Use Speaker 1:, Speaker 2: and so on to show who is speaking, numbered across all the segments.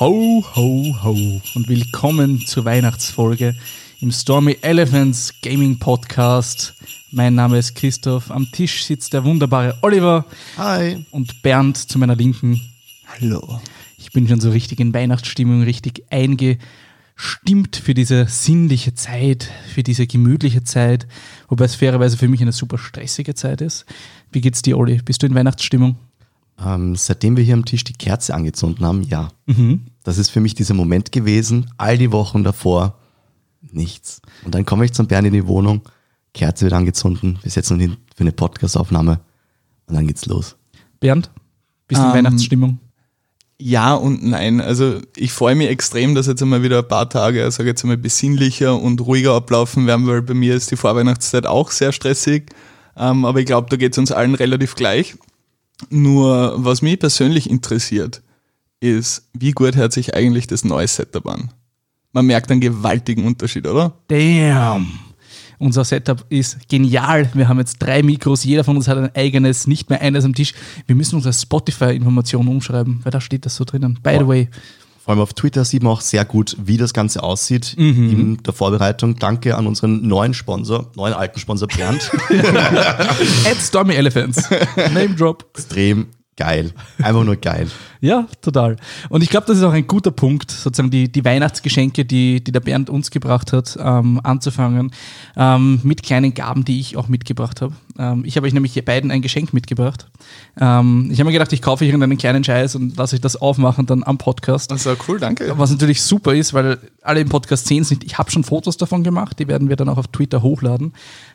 Speaker 1: Ho, ho, ho und willkommen zur Weihnachtsfolge im Stormy Elephants Gaming Podcast. Mein Name ist Christoph, am Tisch sitzt der wunderbare Oliver
Speaker 2: Hi.
Speaker 1: und Bernd zu meiner Linken.
Speaker 2: Hallo.
Speaker 1: Ich bin schon so richtig in Weihnachtsstimmung, richtig eingestimmt für diese sinnliche Zeit, für diese gemütliche Zeit, wobei es fairerweise für mich eine super stressige Zeit ist. Wie geht's dir, Olli? Bist du in Weihnachtsstimmung?
Speaker 2: Ähm, seitdem wir hier am Tisch die Kerze angezündet haben, ja. Das ist für mich dieser Moment gewesen, all die Wochen davor nichts. Und dann komme ich zum Bernd in die Wohnung, Kerze wird angezündet, wir setzen uns hin für eine Podcastaufnahme und dann geht's los.
Speaker 1: Bernd, bist du in
Speaker 3: Ähm,
Speaker 1: Weihnachtsstimmung?
Speaker 3: Ja und nein. Also ich freue mich extrem, dass jetzt einmal wieder ein paar Tage, sage jetzt einmal, besinnlicher und ruhiger ablaufen werden, weil bei mir ist die Vorweihnachtszeit auch sehr stressig. Ähm, aber ich glaube, da geht es uns allen relativ gleich. Nur was mich persönlich interessiert, ist, wie gut hört sich eigentlich das neue Setup an? Man merkt einen gewaltigen Unterschied, oder?
Speaker 1: Damn. Unser Setup ist genial. Wir haben jetzt drei Mikros, jeder von uns hat ein eigenes, nicht mehr eines am Tisch. Wir müssen unsere Spotify-Information umschreiben, weil da steht das so drinnen. By the
Speaker 2: Boah.
Speaker 1: way,
Speaker 2: Vor allem auf Twitter sieht man auch sehr gut, wie das Ganze aussieht in der Vorbereitung. Danke an unseren neuen Sponsor, neuen alten Sponsor Bernd.
Speaker 1: at Stormy Elephants. Name Drop.
Speaker 2: Extrem geil. Einfach nur geil.
Speaker 1: Ja, total. Und ich glaube, das ist auch ein guter Punkt, sozusagen die, die Weihnachtsgeschenke, die, die der Bernd uns gebracht hat, ähm, anzufangen ähm, mit kleinen Gaben, die ich auch mitgebracht habe. Ähm, ich habe euch nämlich ihr beiden ein Geschenk mitgebracht. Ähm, ich habe mir gedacht, ich kaufe irgendeinen kleinen Scheiß und lasse euch das aufmachen dann am Podcast.
Speaker 3: Also cool, danke.
Speaker 1: Was natürlich super ist, weil alle im Podcast sehen es nicht. Ich habe schon Fotos davon gemacht, die werden wir dann auch auf Twitter hochladen.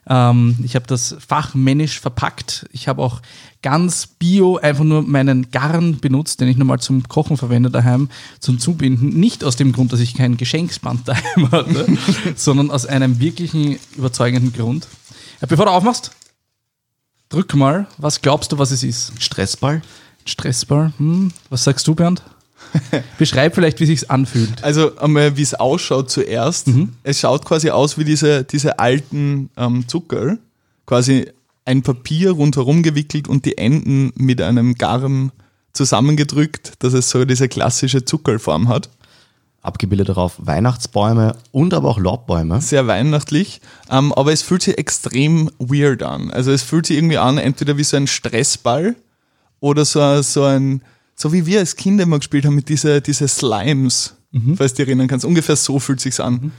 Speaker 1: Ähm, ich habe das fachmännisch verpackt. Ich habe auch ganz bio einfach nur meinen Garn benutzt, den ich normal zum Kochen verwende daheim, zum Zubinden. Nicht aus dem Grund, dass ich kein Geschenksband daheim hatte, sondern aus einem wirklichen überzeugenden Grund. Ja, bevor du aufmachst, drück mal, was glaubst du, was es ist?
Speaker 2: Stressball.
Speaker 1: Stressball? Hm? Was sagst du, Bernd? Beschreib vielleicht, wie sich's anfühlt.
Speaker 3: Also einmal, wie es ausschaut zuerst. Es schaut quasi aus wie diese, diese alten ähm, Zuckerl. Quasi ein Papier rundherum gewickelt und die Enden mit einem Garn zusammengedrückt, dass es so diese klassische Zuckerlform hat.
Speaker 2: Abgebildet darauf Weihnachtsbäume und aber auch Laubbäume.
Speaker 3: Sehr weihnachtlich, ähm, aber es fühlt sich extrem weird an. Also es fühlt sich irgendwie an, entweder wie so ein Stressball oder so, ein- so ein, so wie wir als Kinder immer gespielt haben mit diese, diese Slimes, falls du dich erinnern kannst. Ungefähr so fühlt sich's an.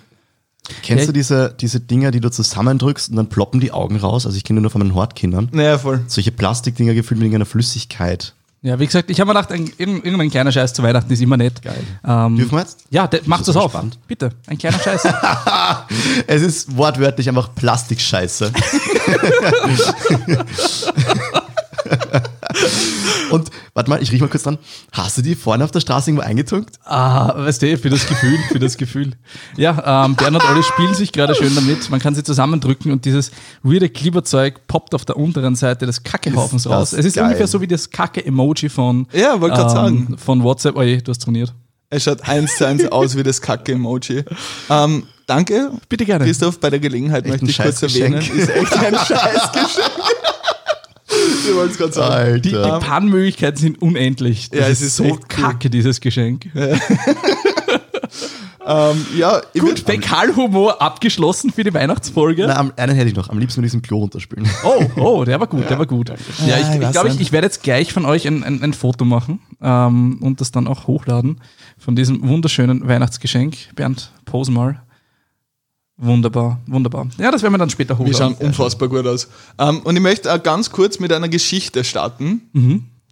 Speaker 2: Kennst
Speaker 1: Ja.
Speaker 2: du diese, diese Dinger, die du zusammendrückst und dann ploppen die Augen raus? Also ich kenne die nur von meinen Hortkindern.
Speaker 3: Naja, voll.
Speaker 2: Solche Plastikdinger gefüllt mit irgendeiner Flüssigkeit.
Speaker 1: Ja, wie gesagt, ich habe mir gedacht, ein, irgendein irgendein kleiner Scheiß zu Weihnachten ist immer nett.
Speaker 2: Geil.
Speaker 1: Ähm,
Speaker 2: Dürfen wir jetzt?
Speaker 1: ja, de, mach
Speaker 2: das
Speaker 1: das
Speaker 2: so
Speaker 1: auf.
Speaker 2: spannend?
Speaker 1: Bitte, ein kleiner Scheiß.
Speaker 2: Es ist wortwörtlich einfach Plastikscheiße. und warte mal, ich riech mal kurz dran. Hast du die vorne auf der Straße irgendwo eingetunkt?
Speaker 1: ah, weißt du, für das Gefühl, für das Gefühl. Ja, ähm, Bernhard alle spielen sich gerade schön damit. Man kann sie zusammendrücken und dieses weirde Glibberzeug poppt auf der unteren Seite des Kackehaufens
Speaker 2: Ist das
Speaker 1: raus. Es ist
Speaker 2: geil.
Speaker 1: ungefähr so wie das Kacke-Emoji von,
Speaker 3: Ja, wollte grad sagen.
Speaker 1: von WhatsApp. Oh je, du hast trainiert.
Speaker 3: Es schaut eins zu eins aus wie das Kacke-Emoji. Ähm, danke.
Speaker 1: Bitte gerne.
Speaker 3: Christoph, bei der Gelegenheit möchte
Speaker 2: ein
Speaker 3: ich kurz erwähnen,
Speaker 2: Scheißgeschenk.
Speaker 3: ist echt ein Scheißgeschenk. Wir wollen es gerade sagen.
Speaker 1: Die, die
Speaker 2: Alter.
Speaker 1: Pan-Möglichkeiten sind unendlich. Das
Speaker 3: Ja, es ist
Speaker 1: echt
Speaker 3: so cool.
Speaker 1: kacke, dieses Geschenk.
Speaker 3: Ähm, ja, ich würd-
Speaker 1: Gut, Fäkalhumor abgeschlossen für die Weihnachtsfolge.
Speaker 2: Na, am, einen hätte ich noch. Am liebsten würde ich es im Klo runterspülen.
Speaker 1: Oh, oh, der war gut, der war gut. Ja, ich glaube, ich, glaub, ich, ich werde jetzt gleich von euch ein, ein, ein Foto machen ähm, und das dann auch hochladen von diesem wunderschönen Weihnachtsgeschenk. Bernd, pose mal. Wunderbar, wunderbar. Ja, das werden wir dann später
Speaker 3: wir
Speaker 1: hochladen.
Speaker 3: schauen unfassbar gut aus. Ähm, und ich möchte auch ganz kurz mit einer Geschichte starten.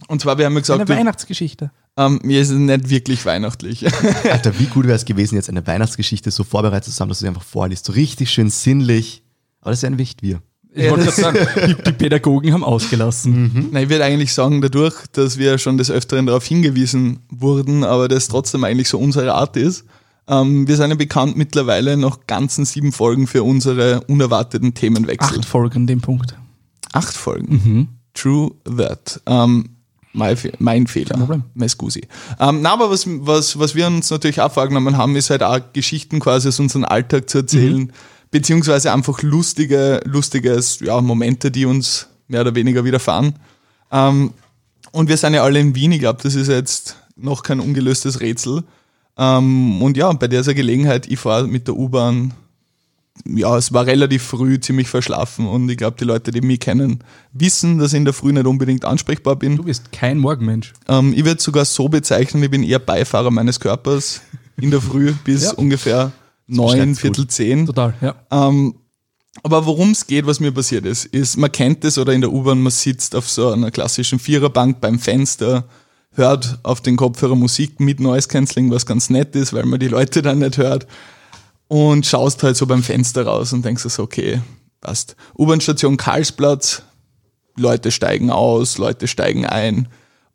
Speaker 3: Und zwar, wir haben ja
Speaker 1: Eine
Speaker 3: gesagt, du,
Speaker 1: Weihnachtsgeschichte.
Speaker 3: ähm, mir ist es nicht wirklich weihnachtlich.
Speaker 2: Alter, wie gut wäre es gewesen, jetzt eine Weihnachtsgeschichte so vorbereitet zu haben, dass du sie einfach vorliest. So richtig schön sinnlich. Aber das wären nicht wir.
Speaker 1: Ich wollte gerade sagen, die, die Pädagogen haben ausgelassen.
Speaker 3: Nein, ich würde eigentlich sagen, dadurch, dass wir schon des Öfteren darauf hingewiesen wurden, aber das trotzdem eigentlich so unsere Art ist. Ähm, wir sind ja bekannt mittlerweile nach ganzen sieben Folgen für unsere unerwarteten Themenwechsel.
Speaker 1: Acht Folgen, dem Punkt.
Speaker 3: Acht, Folgen. True that. Ähm, mein, Fe- mein Fehler.
Speaker 1: Problem.
Speaker 3: Mein Scusi. Ähm, na, aber was, was, was wir uns natürlich auch vorgenommen haben, ist halt auch Geschichten quasi aus unserem Alltag zu erzählen, beziehungsweise einfach lustige, lustiges, ja, Momente, die uns mehr oder weniger widerfahren. Ähm, und wir sind ja alle in Wien, ich glaube, das ist jetzt noch kein ungelöstes Rätsel. Ähm, und ja, bei dieser Gelegenheit, ich fahre mit der U-Bahn, ja, es war relativ früh, ziemlich verschlafen und ich glaube, die Leute, die mich kennen, wissen, dass ich in der Früh nicht unbedingt ansprechbar
Speaker 1: Du
Speaker 3: bin.
Speaker 1: bist kein Morgenmensch.
Speaker 3: Ähm, ich würde sogar so bezeichnen, ich bin eher Beifahrer meines Körpers in der Früh bis
Speaker 1: Ja.
Speaker 3: ungefähr neun,
Speaker 2: beschreibt's gut.
Speaker 3: Viertel zehn.
Speaker 1: Total, ja.
Speaker 3: Ähm, aber worum es geht, was mir passiert ist, ist, man kennt es oder in der U-Bahn, man sitzt auf so einer klassischen Viererbank beim Fenster, hört auf den Kopfhörer Musik mit Noise Cancelling, was ganz nett ist, weil man die Leute dann nicht hört und schaust halt so beim Fenster raus und denkst dir so, okay, passt. U-Bahn-Station Karlsplatz, Leute steigen aus, Leute steigen ein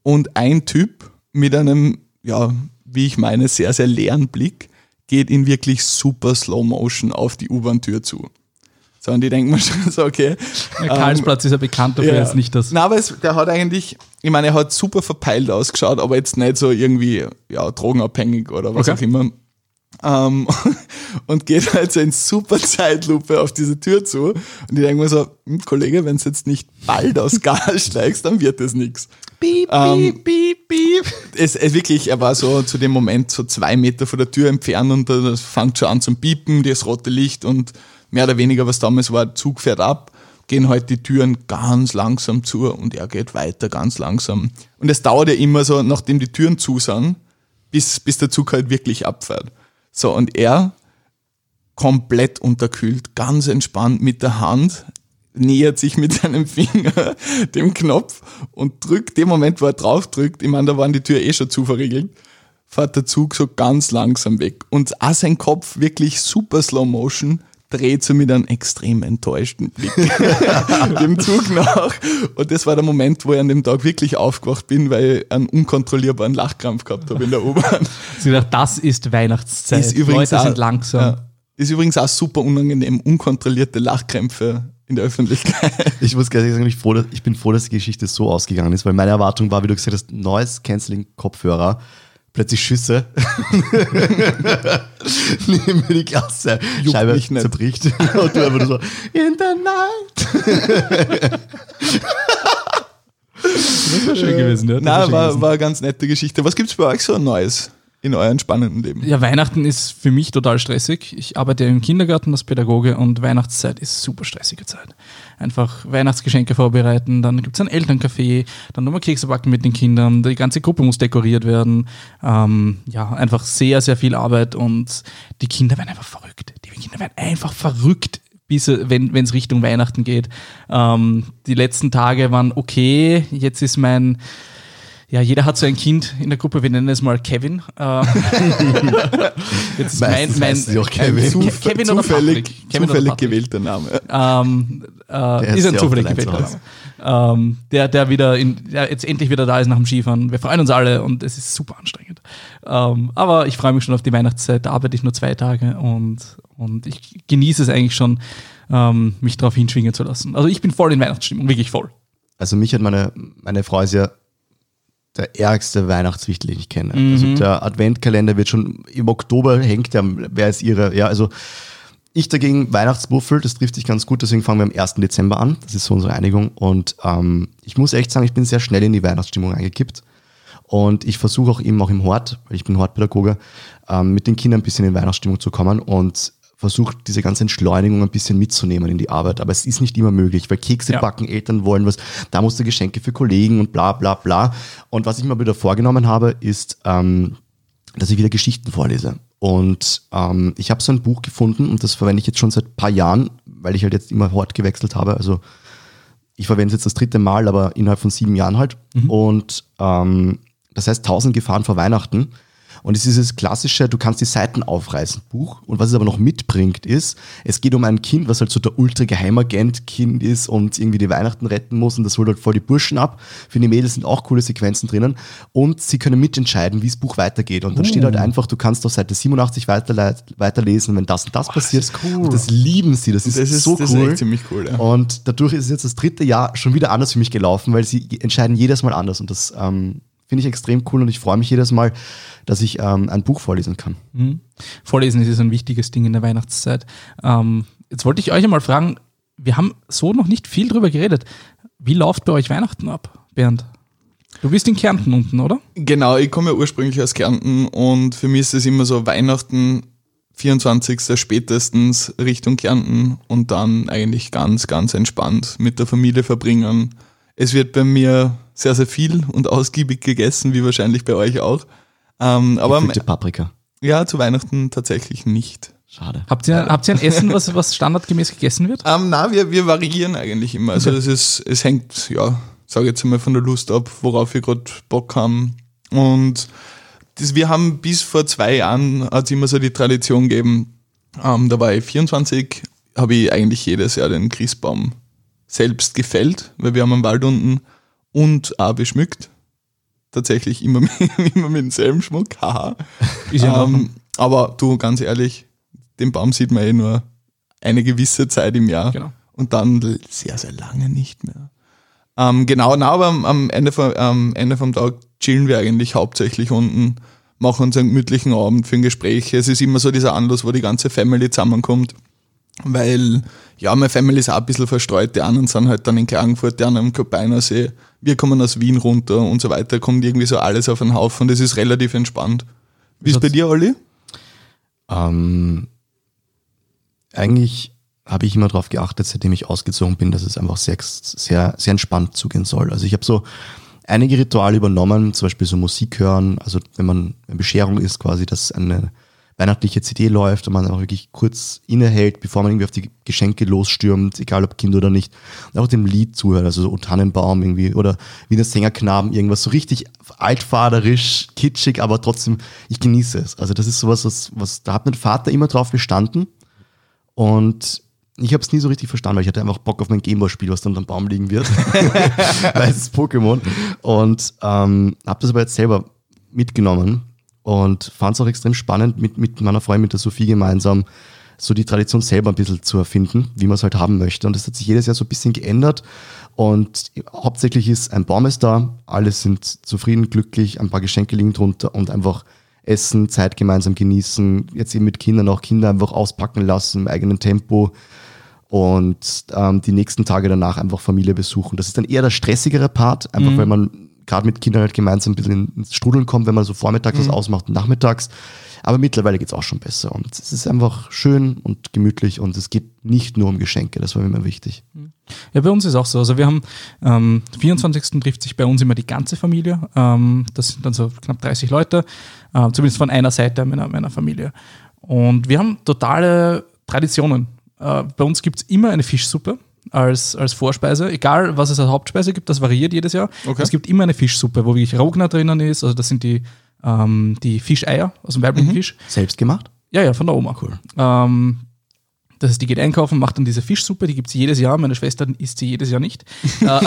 Speaker 3: und ein Typ mit einem, ja, wie ich meine, sehr, sehr leeren Blick geht in wirklich super Slow Motion auf die U-Bahn-Tür zu. So, und die denken mir schon so, okay. ähm,
Speaker 1: Der Karlsplatz ist ähm, ja bekannt dafür, jetzt nicht das.
Speaker 3: Na, aber es, der hat eigentlich, ich meine, er hat super verpeilt ausgeschaut, aber jetzt nicht so irgendwie, ja, drogenabhängig oder was
Speaker 1: Okay.
Speaker 3: auch immer. Ähm, und geht halt so in super Zeitlupe auf diese Tür zu. Und ich denke mir so, hm, Kollege, wenn du jetzt nicht bald aus Gas steigst, dann wird das nix.
Speaker 1: Piep,
Speaker 3: Ähm,
Speaker 1: piep, piep.
Speaker 3: Es, es wirklich, er war so zu dem Moment so zwei Meter von der Tür entfernt und das fängt schon an zum Piepen, das rote Licht und mehr oder weniger, was damals war, Zug fährt ab, gehen halt die Türen ganz langsam zu und er geht weiter ganz langsam. Und es dauert ja immer so, nachdem die Türen zu sind, bis, bis der Zug halt wirklich abfährt. So, und er komplett unterkühlt, ganz entspannt mit der Hand, nähert sich mit seinem Finger dem Knopf und drückt, dem Moment, wo er drauf drückt, ich meine, da waren die Tür eh schon zu verriegelt, fährt der Zug so ganz langsam weg. Und auch sein Kopf wirklich super Slow Motion dreht so mit einem extrem enttäuschten Blick dem Zug nach. Und das war der Moment, wo ich an dem Tag wirklich aufgewacht bin, weil ich einen unkontrollierbaren Lachkrampf gehabt habe in der U-Bahn.
Speaker 1: Sie gedacht, das ist Weihnachtszeit.
Speaker 3: Ist übrigens
Speaker 1: Äh, Leute
Speaker 3: auch-
Speaker 1: sind langsam.
Speaker 3: Ja. Ist übrigens auch super unangenehm, unkontrollierte Lachkrämpfe in der Öffentlichkeit.
Speaker 2: Ich muss ganz ehrlich sagen, ich, froh, dass, ich bin froh, dass die Geschichte so ausgegangen ist, weil meine Erwartung war, wie du gesagt hast, neues Canceling-Kopfhörer, plötzlich Schüsse. Nehmen wir die Klasse. Scheibe
Speaker 3: mich nicht.
Speaker 2: zerbricht. Und du einfach nur so, in the night.
Speaker 1: Das wäre schön gewesen, ja. Das wär
Speaker 3: Nein,
Speaker 1: schön
Speaker 3: war,
Speaker 1: gewesen.
Speaker 3: war eine ganz nette Geschichte. Was gibt's bei euch so Neues in eurem spannenden Leben?
Speaker 1: Ja, Weihnachten ist für mich total stressig. Ich arbeite im Kindergarten als Pädagoge und Weihnachtszeit ist super stressige Zeit. Einfach Weihnachtsgeschenke vorbereiten, dann gibt's ein Elterncafé, dann nochmal Kekse backen mit den Kindern, die ganze Gruppe muss dekoriert werden. Ähm, ja, einfach sehr, sehr viel Arbeit und die Kinder werden einfach verrückt. Die Kinder werden einfach verrückt bis äh, wenn es Richtung Weihnachten geht. Ähm, die letzten Tage waren okay, jetzt ist mein, ja, jeder hat so ein Kind in der Gruppe, wir nennen es mal Kevin. Äh, jetzt ist mein,
Speaker 2: Meistens
Speaker 1: mein,
Speaker 2: heißen sie auch Kevin.
Speaker 1: Zu- Kevin oder
Speaker 3: zufällig
Speaker 1: Patrick? Kevin oder
Speaker 3: zufällig
Speaker 1: Patrick?
Speaker 3: gewählter Name.
Speaker 1: ähm, äh,
Speaker 2: ist
Speaker 1: ist ein
Speaker 2: sehr
Speaker 1: zufällig
Speaker 2: oft allein
Speaker 1: gewählter
Speaker 2: zu
Speaker 1: Name. ähm, der, der wieder in, der jetzt endlich wieder da ist nach dem Skifahren. Wir freuen uns alle und es ist super anstrengend. Ähm, aber ich freue mich schon auf die Weihnachtszeit. Da arbeite ich nur zwei Tage und, und ich genieße es eigentlich schon, ähm, mich darauf hinschwingen zu lassen. Also ich bin voll in Weihnachtsstimmung, wirklich voll.
Speaker 2: Also mich hat meine, meine Frau ist ja der ärgste Weihnachtswichtel, den ich kenne.
Speaker 1: Mhm.
Speaker 2: Also der Adventkalender wird schon im Oktober hängt ja, wer ist ihre, ja, also ich dagegen Weihnachtsmuffel, das trifft sich ganz gut, deswegen fangen wir am 1. Dezember an. Das ist so unsere Einigung. Und ähm, ich muss echt sagen, ich bin sehr schnell in die Weihnachtsstimmung eingekippt. Und ich versuche auch eben auch im Hort, weil ich bin Hortpädagoge, ähm, mit den Kindern ein bisschen in Weihnachtsstimmung zu kommen und versuche diese ganze Entschleunigung ein bisschen mitzunehmen in die Arbeit. Aber es ist nicht immer möglich, weil Kekse
Speaker 1: Ja.
Speaker 2: backen, Eltern wollen was, da musst du Geschenke für Kollegen und bla bla bla. Und was ich mir wieder vorgenommen habe, ist, ähm, dass ich wieder Geschichten vorlese. Und ähm, ich habe so ein Buch gefunden und das verwende ich jetzt schon seit ein paar Jahren, weil ich halt jetzt immer Hort gewechselt habe. Also ich verwende es jetzt das dritte Mal, aber innerhalb von sieben Jahren halt.
Speaker 3: Mhm.
Speaker 2: Und ähm, das heißt 1000 Gefahren vor Weihnachten. Und es ist dieses klassische, du kannst die Seiten aufreißen, Buch. Und was es aber noch mitbringt, ist, es geht um ein Kind, was halt so der ultra Geheimagent-Kind ist und irgendwie die Weihnachten retten muss. Und das holt halt voll die Burschen ab. Für die Mädels sind auch coole Sequenzen drinnen. Und sie können mitentscheiden, wie das Buch weitergeht. Und dann steht
Speaker 3: Oh.
Speaker 2: halt einfach, du kannst auf Seite 87 weiterlei- weiterlesen, wenn das und das passiert.
Speaker 1: ist cool.
Speaker 2: Und das lieben sie. Das, ist,
Speaker 3: Das ist-
Speaker 2: so
Speaker 3: das ist
Speaker 2: cool.
Speaker 3: echt ziemlich cool, ja.
Speaker 2: Und dadurch ist es jetzt das dritte Jahr schon wieder anders für mich gelaufen, weil sie entscheiden jedes Mal anders. Und das ähm, finde ich extrem cool und ich freue mich jedes Mal, dass ich ähm, ein Buch vorlesen kann.
Speaker 1: Hm? Vorlesen ist ein wichtiges Ding in der Weihnachtszeit. Ähm, jetzt wollte ich euch einmal fragen, wir haben so noch nicht viel drüber geredet. Wie läuft bei euch Weihnachten ab, Bernd? Du bist in Kärnten unten, oder?
Speaker 3: Genau, ich komme ja ursprünglich aus Kärnten und für mich ist es immer so Weihnachten 24. spätestens Richtung Kärnten und dann eigentlich ganz, ganz entspannt mit der Familie verbringen. Es wird bei mir sehr, sehr viel und ausgiebig gegessen, wie wahrscheinlich bei euch auch. Ähm, aber am-
Speaker 2: Gefüllte Paprika.
Speaker 3: ja, zu Weihnachten tatsächlich nicht.
Speaker 2: Schade.
Speaker 1: Habt ihr, habt ihr ein Essen, was, was standardgemäß gegessen wird?
Speaker 3: Ähm, na, wir, wir variieren eigentlich immer. Also das ist, es hängt, ja, sage jetzt mal von der Lust ab, worauf wir gerade Bock haben. Und das, wir haben bis vor zwei Jahren hat es immer so die Tradition gegeben, ähm, da war ich 24, habe ich eigentlich jedes Jahr den Christbaum selbst gefällt, weil wir haben einen Wald unten und auch beschmückt. Tatsächlich immer, mit- immer mit demselben Schmuck, haha.
Speaker 1: Ist ja in Ordnung.
Speaker 3: Ähm, aber du, ganz ehrlich, den Baum sieht man eh nur eine gewisse Zeit im Jahr
Speaker 1: Genau.
Speaker 3: und dann l- sehr, sehr lange nicht mehr. Ähm, genau, na, aber am, am, Ende vom, am Ende vom Tag chillen wir eigentlich hauptsächlich unten, machen uns einen gemütlichen Abend für ein Gespräch. Es ist immer so dieser Anlass, wo die ganze Family zusammenkommt, weil ja, meine Family ist auch ein bisschen verstreut, die anderen sind halt dann in Klagenfurt, die anderen im Kopainersee, wir kommen aus Wien runter und so weiter, kommt irgendwie so alles auf den Haufen, das ist relativ entspannt. Wie ist bei dir, Olli?
Speaker 2: Ähm, eigentlich habe ich immer darauf geachtet, seitdem ich ausgezogen bin, dass es einfach sehr, sehr, sehr entspannt zugehen soll. Also ich habe so einige Rituale übernommen, zum Beispiel so Musik hören, also wenn man eine Bescherung ist quasi, dass eine weihnachtliche CD läuft und man einfach wirklich kurz innehält, bevor man irgendwie auf die Geschenke losstürmt, egal ob Kind oder nicht, und auch dem Lied zuhört, also so O Tannenbaum irgendwie oder Wiener Sängerknaben, irgendwas so richtig altfaderisch, kitschig, aber trotzdem, ich genieße es. Also das ist sowas, was, was da hat mein Vater immer drauf bestanden und ich habe es nie so richtig verstanden, weil ich hatte einfach Bock auf mein Gameboy-Spiel, was dann unterm Baum liegen wird. Weißes Pokémon. Und ähm, habe das aber jetzt selber mitgenommen und fand es auch extrem spannend, mit, mit meiner Freundin, mit der Sophie gemeinsam, so die Tradition selber ein bisschen zu erfinden, wie man es halt haben möchte. Und das hat sich jedes Jahr so ein bisschen geändert. Und hauptsächlich ist ein Baum ist da, alle sind zufrieden, glücklich, ein paar Geschenke liegen drunter und einfach essen, Zeit gemeinsam genießen, jetzt eben mit Kindern auch Kinder einfach auspacken lassen im eigenen Tempo und ähm, die nächsten Tage danach einfach Familie besuchen. Das ist dann eher der stressigere Part, einfach
Speaker 1: Mhm.
Speaker 2: weil man gerade mit Kindern halt gemeinsam ein bisschen ins Strudeln kommt, wenn man so vormittags
Speaker 1: Mhm.
Speaker 2: was ausmacht und nachmittags. Aber mittlerweile geht's auch schon besser und es ist einfach schön und gemütlich und es geht nicht nur um Geschenke, das war mir immer wichtig.
Speaker 1: Ja, bei uns ist auch so. Also wir haben am 24. trifft sich bei uns immer die ganze Familie. Ähm, das sind dann so knapp 30 Leute, äh, zumindest von einer Seite meiner, meiner Familie. Und wir haben totale Traditionen. Äh, bei uns gibt es immer eine Fischsuppe als, als Vorspeise, egal was es als Hauptspeise gibt, das variiert jedes Jahr.
Speaker 3: Okay.
Speaker 1: Es gibt immer eine Fischsuppe, wo wirklich Rogner drinnen ist, also das sind die, ähm, die Fischeier aus dem weiblichen Fisch.
Speaker 2: Selbst gemacht?
Speaker 1: Ja, ja, von der Oma.
Speaker 2: Cool.
Speaker 1: Ähm, das heißt, die geht einkaufen, macht dann diese Fischsuppe, die gibt es jedes Jahr. Meine Schwester isst sie jedes Jahr nicht. Äh,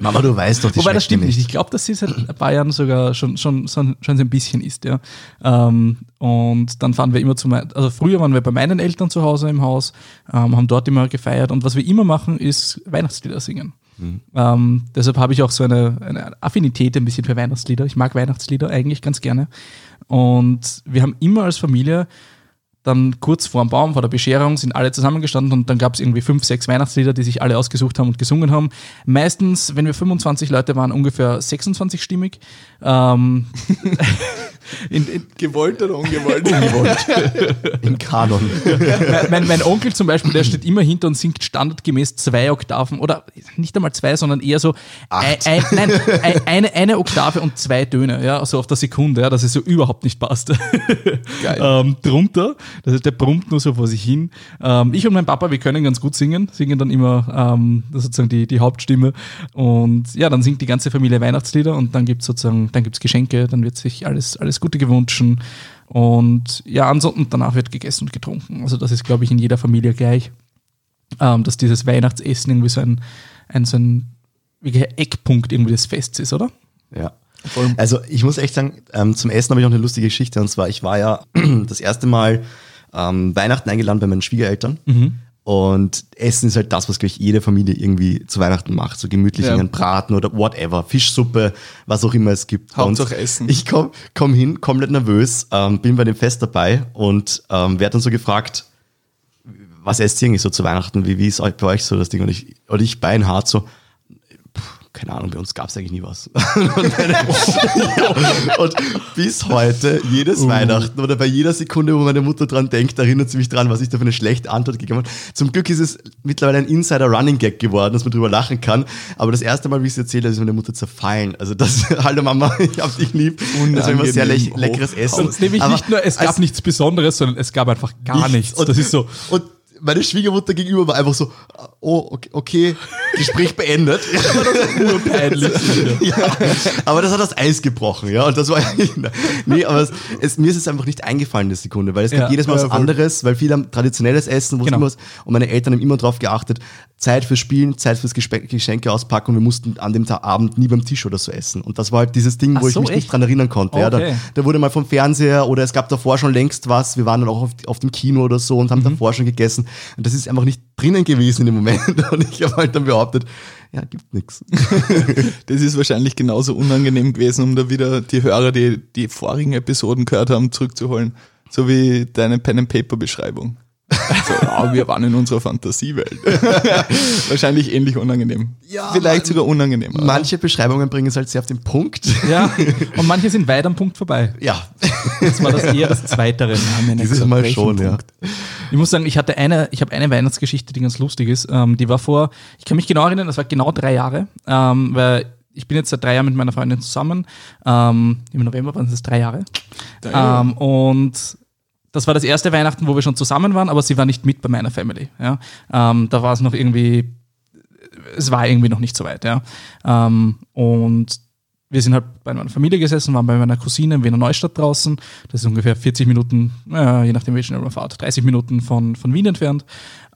Speaker 2: Mama, du weißt doch, die
Speaker 1: wobei das
Speaker 2: schmeckt
Speaker 1: stimmt
Speaker 2: dir
Speaker 1: nicht. Ich glaube, dass sie seit ein paar Jahren sogar schon, schon, schon, schon so ein bisschen isst. Ja. Ähm, und dann fahren wir immer zu mein, also früher waren wir bei meinen Eltern zu Hause im Haus, ähm, haben dort immer gefeiert. Und was wir immer machen, ist Weihnachtslieder singen. Ähm, deshalb habe ich auch so eine, eine Affinität ein bisschen für Weihnachtslieder. Ich mag Weihnachtslieder eigentlich ganz gerne. Und wir haben immer als Familie dann kurz vor dem Baum, vor der Bescherung, sind alle zusammengestanden und dann gab es irgendwie fünf, sechs Weihnachtslieder, die sich alle ausgesucht haben und gesungen haben. Meistens, wenn wir 25 Leute waren, ungefähr 26-stimmig. Ähm, in, in,
Speaker 3: Gewollt oder ungewollt?
Speaker 2: Im Kanon.
Speaker 1: mein, mein Onkel zum Beispiel, der steht immer hinter und singt standardgemäß zwei Oktaven oder nicht einmal zwei, sondern eher so ein, ein, nein, ein, eine, eine Oktave und zwei Töne, ja, so auf der Sekunde, ja, dass es so überhaupt nicht passt. ähm, drunter, das heißt, der brummt nur so vor sich hin. Ähm, ich und mein Papa, wir können ganz gut singen, singen dann immer ähm, sozusagen die, die Hauptstimme und ja, dann singt die ganze Familie Weihnachtslieder und dann gibt's sozusagen, dann gibt's Geschenke, dann wird sich alles, alles Gute gewünschen. Und ja, ansonsten danach wird gegessen und getrunken. Also das ist, glaube ich, in jeder Familie gleich, ähm, dass dieses Weihnachtsessen irgendwie so ein, ein, so ein wirklicher Eckpunkt irgendwie des Fests ist, oder?
Speaker 2: Ja. Also ich muss echt sagen, ähm, zum Essen habe ich noch eine lustige Geschichte. Und zwar, ich war ja das erste Mal ähm, Weihnachten eingeladen bei meinen Schwiegereltern.
Speaker 3: Mhm.
Speaker 2: Und Essen ist halt das, was, glaube ich, jede Familie irgendwie zu Weihnachten macht. So gemütlich
Speaker 3: Ja.
Speaker 2: einen Braten oder whatever, Fischsuppe, was auch immer es gibt.
Speaker 3: Hauptsache
Speaker 2: Und
Speaker 3: Essen.
Speaker 2: Ich komme komm hin, komplett nervös, ähm, bin bei dem Fest dabei und ähm, werde dann so gefragt, was esst ihr eigentlich so zu Weihnachten? Wie, wie ist euch bei euch so das Ding? Und ich, und ich beinhart so, keine Ahnung, bei uns gab es eigentlich nie was. und bis heute, jedes
Speaker 1: Oh.
Speaker 2: Weihnachten oder bei jeder Sekunde, wo meine Mutter dran denkt, erinnert sie mich dran, was ich da für eine schlechte Antwort gegeben habe. Zum Glück ist es mittlerweile ein Insider-Running-Gag geworden, dass man drüber lachen kann. Aber das erste Mal, wie ich es erzähle, ist meine Mutter zerfallen. Also das, hallo Mama, ich hab dich lieb. Das war immer sehr le
Speaker 1: Oh.
Speaker 3: Unangenehm
Speaker 2: leckeres Essen.
Speaker 1: Sonst nämlich
Speaker 2: Aber
Speaker 1: nicht nur, es
Speaker 2: als-
Speaker 1: gab nichts Besonderes, sondern es gab einfach gar nichts.
Speaker 2: Und-
Speaker 1: das ist so.
Speaker 2: Und meine Schwiegermutter gegenüber war einfach so, oh, okay, okay Gespräch beendet.
Speaker 1: Urpeinlich.
Speaker 2: ja. Aber das hat das Eis gebrochen, ja. Und das war Nee, aber es, es, mir ist es einfach nicht eingefallen, eine Sekunde, weil es gibt
Speaker 1: Ja.
Speaker 2: jedes Mal was
Speaker 3: Ja, voll.
Speaker 2: anderes, weil viele haben traditionelles Essen, wo es
Speaker 1: Genau.
Speaker 2: immer was, und meine Eltern haben immer drauf geachtet, Zeit fürs Spielen, Zeit fürs Gespe- Geschenke auspacken und wir mussten an dem Ta Abend nie beim Tisch oder so essen. Und das war halt dieses Ding,
Speaker 1: Ach
Speaker 2: wo ich
Speaker 1: so,
Speaker 2: mich nicht
Speaker 1: echt?
Speaker 2: dran erinnern konnte. Ja, da,
Speaker 1: Okay.
Speaker 2: da wurde mal vom Fernseher oder es gab davor schon längst was, wir waren dann auch auf, auf dem Kino oder so und haben
Speaker 1: Mhm.
Speaker 2: davor schon gegessen. Und das ist einfach nicht drinnen gewesen in dem Moment. Und ich habe halt dann behauptet, ja, gibt nichts.
Speaker 3: Das ist wahrscheinlich genauso unangenehm gewesen, um da wieder die Hörer, die die vorigen Episoden gehört haben, zurückzuholen. So wie deine Pen-and-Paper-Beschreibung. So, Also, ja, wir waren in unserer Fantasiewelt. wahrscheinlich ähnlich unangenehm.
Speaker 2: Ja,
Speaker 3: Vielleicht
Speaker 2: man-
Speaker 3: sogar unangenehmer.
Speaker 2: Manche Beschreibungen bringen es halt sehr auf den Punkt.
Speaker 1: Ja, und manche sind weit am Punkt vorbei.
Speaker 2: Ja,
Speaker 1: Das war das eher das Zweite.
Speaker 2: dieses Mal schon, ja.
Speaker 1: Ich muss sagen, ich hatte eine, ich habe eine Weihnachtsgeschichte, die ganz lustig ist. Ähm, die war vor, ich kann mich genau erinnern, das war genau drei Jahre, ähm, weil ich bin jetzt seit drei Jahren mit meiner Freundin zusammen. Ähm, Im November waren es drei Jahre.
Speaker 3: Drei Jahre.
Speaker 1: ähm, und das war das erste Weihnachten, wo wir schon zusammen waren, aber sie war nicht mit bei meiner Family. Ja? Ähm, da war es noch irgendwie, es war irgendwie noch nicht so weit. Ja? Ähm, und wir sind halt bei meiner Familie gesessen, waren bei meiner Cousine in Wiener Neustadt draußen. Das ist ungefähr 40 Minuten, naja, je nachdem, wie schnell man fährt, 30 Minuten von, von Wien entfernt.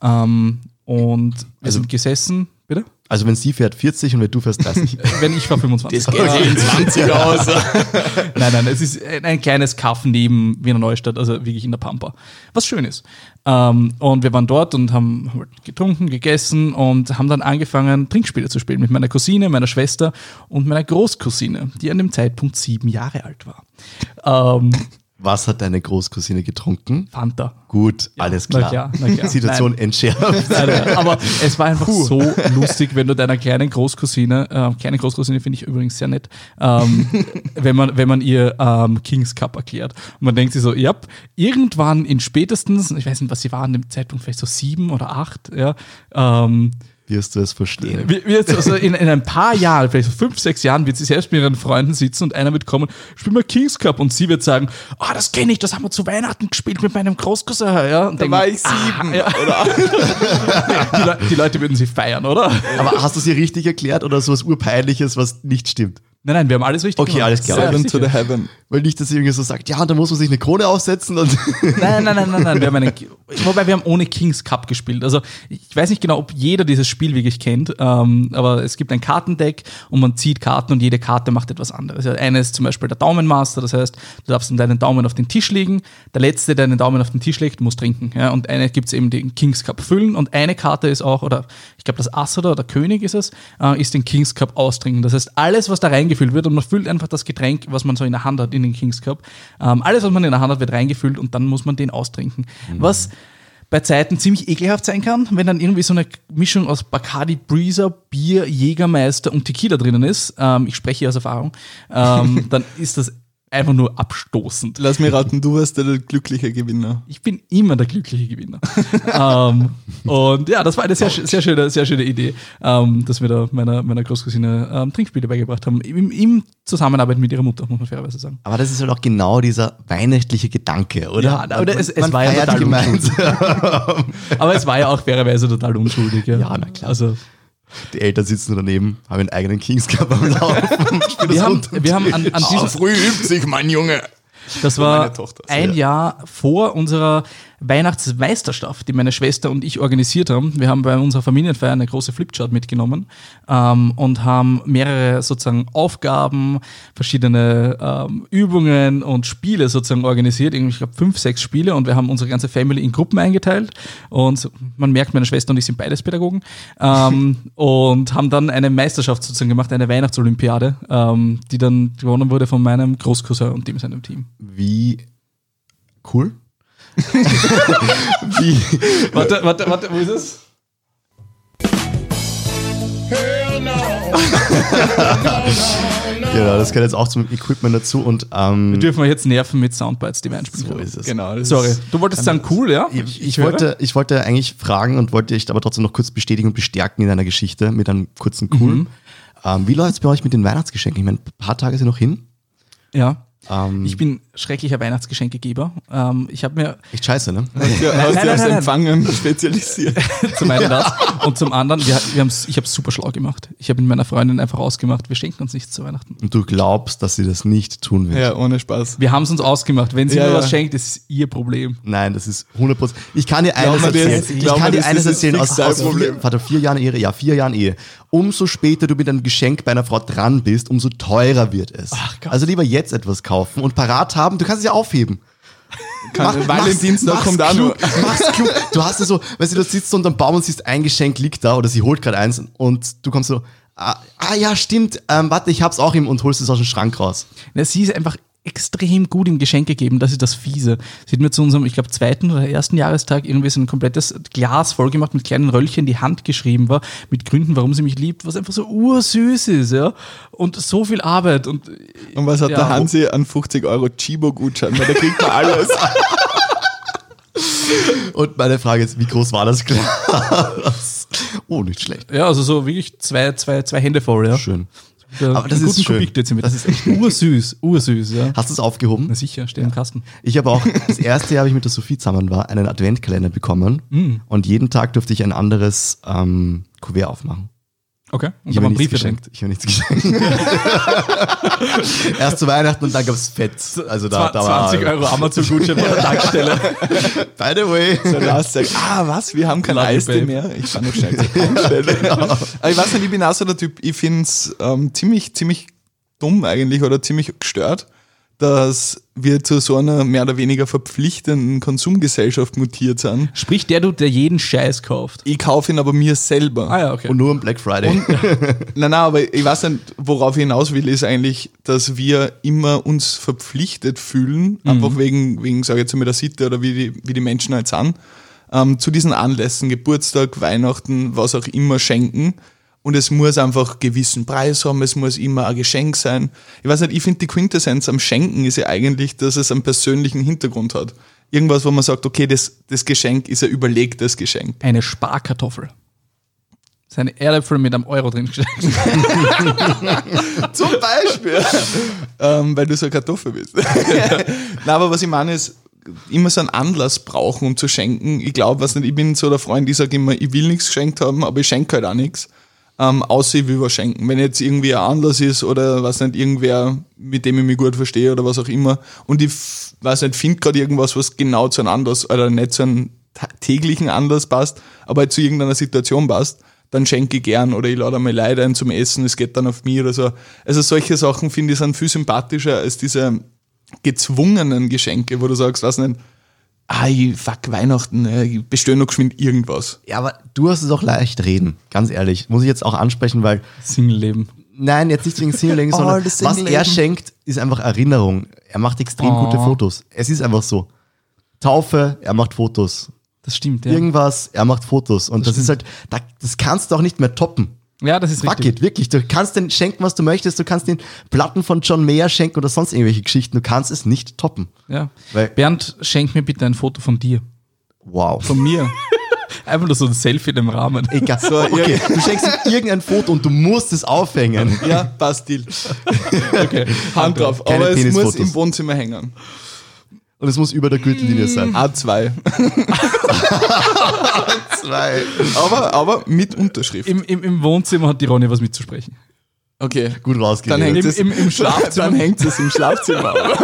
Speaker 1: Ähm, und wir
Speaker 2: Also-
Speaker 1: sind gesessen, bitte?
Speaker 2: Also wenn sie fährt 40 und wenn du fährst 30.
Speaker 1: Wenn ich war 25.
Speaker 3: Das geht sich in 20 aus.
Speaker 1: Nein, nein, es ist ein, ein kleines Kaff neben Wiener Neustadt, also wirklich in der Pampa. Was schön ist. Ähm, und wir waren dort und haben halt getrunken, gegessen und haben dann angefangen, Trinkspiele zu spielen mit meiner Cousine, meiner Schwester und meiner Großcousine, die an dem Zeitpunkt sieben Jahre alt war. Ähm,
Speaker 2: Was hat deine Großcousine getrunken?
Speaker 1: Fanta.
Speaker 2: Gut, alles
Speaker 1: na
Speaker 2: klar.
Speaker 1: klar, na klar.
Speaker 2: Situation entschärft.
Speaker 1: Nein, nein, aber es war einfach so lustig, wenn du deiner kleinen Großcousine, äh, kleine Großcousine finde ich übrigens sehr nett, ähm, wenn, man, wenn man ihr ähm, Kings Cup erklärt. Und man denkt sich so, ja, irgendwann in spätestens, ich weiß nicht, was sie war an dem Zeitpunkt, vielleicht so sieben oder acht, ja, ähm,
Speaker 2: Wirst du es verstehen?
Speaker 1: wir- wir jetzt also in, in ein paar Jahren, vielleicht so fünf, sechs Jahren, wird sie selbst mit ihren Freunden sitzen und einer wird kommen, spiel mal Kings Cup und sie wird sagen, ah, das kenne ich, das haben wir zu Weihnachten gespielt mit meinem Großcousin, ja. Und
Speaker 3: Da
Speaker 1: denken, ah,
Speaker 3: war ich sieben.
Speaker 1: ja. die, Le die Leute würden sie feiern, oder?
Speaker 2: Aber hast du sie richtig erklärt oder sowas urpeinliches, was nicht stimmt?
Speaker 1: Nein, nein, wir haben alles richtig
Speaker 2: Okay, alles klar.
Speaker 1: Ja,
Speaker 3: Seven to
Speaker 1: sicher.
Speaker 3: the heaven.
Speaker 2: Weil nicht, dass sie irgendwie so sagt, ja, und da muss man sich eine Krone aufsetzen und
Speaker 1: Nein, nein, nein, nein, nein. Wir haben einen, wobei wir haben ohne Kings Cup gespielt. Also ich weiß nicht genau, ob jeder dieses Spiel wirklich kennt, ähm, aber es gibt ein Kartendeck und man zieht Karten und jede Karte macht etwas anderes. Ja, Eine ist zum Beispiel der Daumenmaster, das heißt, du darfst dann deinen Daumen auf den Tisch legen. Der letzte, der den Daumen auf den Tisch legt, muss trinken. Ja? Und eine gibt es eben den Kings Cup füllen und eine Karte ist auch, oder ich glaube das Ass oder der König ist es, äh, ist den Kings Cup austrinken. Das heißt, alles, was da reingefüllt wird, und man füllt einfach das Getränk, was man so in der Hand hat, in den Kings Cup, ähm, alles, was man in der Hand hat, wird reingefüllt und dann muss man den austrinken. Was bei Zeiten ziemlich ekelhaft sein kann, wenn dann irgendwie so eine Mischung aus Bacardi Breezer, Bier, Jägermeister und Tequila drinnen ist. Ähm, ich spreche hier aus Erfahrung. Ähm, dann ist das einfach nur abstoßend.
Speaker 3: Lass mich raten, du warst der glückliche Gewinner.
Speaker 1: Ich bin immer der glückliche Gewinner. ähm, und ja, das war eine sehr, schö- sehr, schöne, sehr schöne Idee, ähm, dass wir da meiner, meiner Großcousine ähm, Trinkspiele beigebracht haben. Im, Im Zusammenarbeit mit ihrer Mutter, muss man fairerweise sagen.
Speaker 2: Aber das ist halt auch genau dieser weihnachtliche Gedanke, oder?
Speaker 1: Ja,
Speaker 2: Man-
Speaker 1: oder es- es
Speaker 2: man
Speaker 1: war ja
Speaker 2: feiert
Speaker 1: total
Speaker 2: gemeinsam.
Speaker 1: Aber es war ja auch fairerweise total unschuldig. Ja,
Speaker 2: Ja, na klar.
Speaker 1: Also,
Speaker 2: Die Eltern sitzen daneben, haben ihren eigenen Kings Cup am Laufen. spielen das
Speaker 1: wir haben,
Speaker 2: runter.
Speaker 1: wir haben an, an diesem,
Speaker 3: früh übt sich, mein Junge.
Speaker 1: Das war
Speaker 3: meine Tochter.
Speaker 1: ein Jahr vor unserer Weihnachtsmeisterschaft, die meine Schwester und ich organisiert haben. Wir haben bei unserer Familienfeier eine große Flipchart mitgenommen ähm, und haben mehrere sozusagen Aufgaben, verschiedene ähm, Übungen und Spiele sozusagen organisiert. Irgendwie, Ich glaube, fünf, sechs Spiele und wir haben unsere ganze Family in Gruppen eingeteilt. Und man merkt, meine Schwester und ich sind beides Pädagogen ähm, und haben dann eine Meisterschaft sozusagen gemacht, eine Weihnachtsolympiade, ähm, die dann gewonnen wurde von meinem Großcousin und dem seinem Team.
Speaker 2: Wie cool. Wie,
Speaker 1: Warte, warte, warte, wo ist es?
Speaker 4: Hell no.
Speaker 2: Genau, das gehört jetzt auch zum Equipment dazu und ähm,
Speaker 1: Dürfen wir jetzt nerven mit Soundbites, die wir einspielen
Speaker 2: so
Speaker 1: können.
Speaker 2: ist es.
Speaker 3: Genau. das
Speaker 1: Sorry,
Speaker 3: ist-
Speaker 1: du wolltest sagen cool, ja?
Speaker 2: Ich, ich,
Speaker 1: höre.
Speaker 2: wollte, ich wollte eigentlich fragen und wollte dich aber trotzdem noch kurz bestätigen und bestärken in einer Geschichte mit einem kurzen Cool. Ähm, wie läuft es bei euch mit den Weihnachtsgeschenken? Ich meine, ein paar Tage sind noch hin.
Speaker 1: Ja.
Speaker 2: Ähm,
Speaker 1: Ich bin schrecklicher Weihnachtsgeschenkegeber. Ähm, ich habe mir
Speaker 2: Echt scheiße, ne?
Speaker 3: Hast du
Speaker 1: nein,
Speaker 3: hast du als
Speaker 1: nein, nein.
Speaker 3: Empfangen spezialisiert.
Speaker 1: zum einen das und zum anderen, wir, wir haben's, ich habe es super schlau gemacht. Ich habe mit meiner Freundin einfach ausgemacht, wir schenken uns nichts zu Weihnachten.
Speaker 2: Und du glaubst, dass sie das nicht tun wird.
Speaker 3: Ja, ohne Spaß.
Speaker 1: Wir haben es uns ausgemacht. Wenn sie
Speaker 3: Ja,
Speaker 1: mir
Speaker 3: ja.
Speaker 1: was schenkt, ist ihr Problem.
Speaker 2: Nein, das ist 100%. Ich kann dir eines
Speaker 3: Glaub mir
Speaker 2: erzählen.
Speaker 3: das,
Speaker 2: ich
Speaker 3: glaub
Speaker 2: kann
Speaker 3: mir
Speaker 2: dir
Speaker 3: das,
Speaker 2: eines
Speaker 3: das ist
Speaker 2: erzählen aus,
Speaker 3: fix dein
Speaker 2: aus vier,
Speaker 3: Problem.
Speaker 2: warte, vier Jahren Ehe. Ja, vier Jahren Ehe. Umso später du mit einem Geschenk bei einer Frau dran bist, umso teurer wird es.
Speaker 1: Gott.
Speaker 2: also lieber jetzt etwas kaufen und parat haben. Du kannst es ja aufheben.
Speaker 3: Kann,
Speaker 2: mach's-
Speaker 3: Valentinstag
Speaker 2: mach's
Speaker 3: kommt auch noch.
Speaker 2: klug, Mach's klug. Du hast ja so, weißt du, du sitzt so unter dem Baum und siehst, ein Geschenk liegt da oder sie holt gerade eins und du kommst so, ah, ah ja, stimmt, ähm, warte, ich hab's auch ihm und holst es aus dem Schrank raus.
Speaker 1: Na, Ne, sie ist einfach extrem gut im Geschenke geben, das ist das Fiese. Sie hat mir zu unserem, ich glaube, zweiten oder ersten Jahrestag irgendwie so ein komplettes Glas vollgemacht mit kleinen Röllchen, die handgeschrieben war, mit Gründen, warum sie mich liebt, was einfach so ursüß ist, ja. Und so viel Arbeit und
Speaker 3: Und was hat
Speaker 1: Ja.
Speaker 3: der Hansi an 50 Euro Chibo-Gutschein? Weil da kriegt man alles.
Speaker 2: Und meine Frage ist, wie groß war das Glas? oh, nicht schlecht.
Speaker 1: ja, also so wirklich zwei, zwei, zwei Hände voll, ja.
Speaker 2: Schön.
Speaker 1: Ja,
Speaker 2: Aber das
Speaker 1: einen
Speaker 2: ist
Speaker 1: guten
Speaker 2: schön.
Speaker 1: Kubik, jetzt mit.
Speaker 2: Das ist
Speaker 1: ursüß, ursüß, ja.
Speaker 2: Hast du es aufgehoben?
Speaker 1: Na sicher, steht im Kasten.
Speaker 2: Ich habe auch, das erste Jahr, wie ich mit der Sophie zusammen war, einen Adventkalender bekommen und jeden Tag durfte ich ein anderes ähm, Kuvert aufmachen.
Speaker 1: Okay, und
Speaker 2: Ich
Speaker 1: da
Speaker 2: habe
Speaker 1: waren
Speaker 2: nichts
Speaker 1: Briefe drin.
Speaker 2: geschenkt. Ich habe nichts geschenkt. Erst zu Weihnachten und dann gab es Fett. Also da, da war
Speaker 1: 20 Euro Amazon-Gutschein bei der Tankstelle.
Speaker 2: By the way.
Speaker 3: Der Lars sagt, ah, was, wir haben kein
Speaker 1: Love you,
Speaker 3: Eistee
Speaker 1: babe. genau.
Speaker 3: mehr. Ich fand noch schnell zur Tankstelle. Aber ich weiß nicht, ich bin auch so der Typ, ich find's ähm, ziemlich, ziemlich dumm eigentlich oder ziemlich gestört, dass wir zu so einer mehr oder weniger verpflichtenden Konsumgesellschaft mutiert sind.
Speaker 1: Sprich der du, der jeden Scheiß kauft. Ah
Speaker 3: Ich kaufe ihn aber mir selber.
Speaker 1: ja, okay.
Speaker 2: Und nur am Black Friday.
Speaker 3: Nein, nein, aber ich weiß nicht, worauf ich hinaus will, ist eigentlich, dass wir immer uns verpflichtet fühlen, einfach wegen, wegen sage ich jetzt mal, der Sitte oder wie die, wie die Menschen halt sind, ähm, zu diesen Anlässen, Geburtstag, Weihnachten, was auch immer schenken. Und es muss einfach gewissen Preis haben, es muss immer ein Geschenk sein. Ich weiß nicht, ich finde die Quintessenz am Schenken ist ja eigentlich, dass es einen persönlichen Hintergrund hat. Irgendwas, wo man sagt, okay, das, das Geschenk ist ein überlegtes Geschenk.
Speaker 1: Eine Sparkartoffel. Seine Erdäpfel mit einem Euro drin gesteckt.
Speaker 3: Zum Beispiel. ähm, weil du so eine Kartoffel bist. Na, aber was ich meine ist, immer so einen Anlass brauchen, um zu schenken. Ich glaube, was nicht, ich bin so der Freund, ich sage immer, ich will nichts geschenkt haben, aber ich schenke halt auch nichts. Ähm, außer ich will was schenken. Wenn jetzt irgendwie ein Anlass ist oder was nicht, irgendwer, mit dem ich mich gut verstehe oder was auch immer. Und ich f- weiß nicht, finde gerade irgendwas, was genau zu einem Anlass oder nicht zu einem ta- täglichen Anlass passt, aber halt zu irgendeiner Situation passt, dann schenke ich gern oder ich lade mal Leute ein zum Essen, es geht dann auf mich oder so. Also solche Sachen finde ich sind viel sympathischer als diese gezwungenen Geschenke, wo du sagst, was nicht, ah, ich- fuck Weihnachten, äh, ich bestell noch geschwind irgendwas.
Speaker 2: Ja, aber du hast es auch leicht reden, ganz ehrlich. Muss ich jetzt auch ansprechen, weil,
Speaker 1: Single-Leben.
Speaker 2: nein, jetzt nicht wegen Single-Leben,
Speaker 3: Oh,
Speaker 2: sondern
Speaker 3: das
Speaker 2: was er
Speaker 3: Single-Leben.
Speaker 2: schenkt, ist einfach Erinnerung. Er macht extrem
Speaker 1: Oh.
Speaker 2: gute Fotos. Es ist einfach so. Taufe, er macht Fotos.
Speaker 1: Das stimmt, ja.
Speaker 2: Irgendwas, er macht Fotos. Und das, ist halt, da, das kannst du auch nicht mehr toppen.
Speaker 1: ja, das ist
Speaker 2: Fuck
Speaker 1: richtig.
Speaker 2: it, wirklich. Du kannst den schenken, was du möchtest. Du kannst den Platten von John Mayer schenken oder sonst irgendwelche Geschichten. Du kannst es nicht toppen.
Speaker 1: Ja.
Speaker 2: Weil-
Speaker 1: Bernd, schenk mir bitte ein Foto von dir.
Speaker 2: Wow.
Speaker 3: Von mir.
Speaker 1: Einfach nur so ein Selfie in dem Rahmen.
Speaker 2: Egal. okay. Du schenkst ihm irgendein Foto und du musst es aufhängen.
Speaker 3: ja, passt, Deal.
Speaker 1: Okay.
Speaker 3: Hand drauf.
Speaker 2: Keine
Speaker 3: Aber es muss
Speaker 2: Penisfotos.
Speaker 3: im Wohnzimmer hängen.
Speaker 2: Und es muss über der Gürtellinie sein.
Speaker 3: A2.
Speaker 2: Zwei.
Speaker 3: Aber, aber mit Unterschrift.
Speaker 1: Im, im, Im Wohnzimmer hat die Ronja was mitzusprechen.
Speaker 3: Okay.
Speaker 2: Gut
Speaker 3: Dann
Speaker 2: rausgegangen.
Speaker 3: hängt
Speaker 1: Im-
Speaker 3: es
Speaker 1: im- im Schlafzimmer.
Speaker 3: Dann hängt es im Schlafzimmer. auf.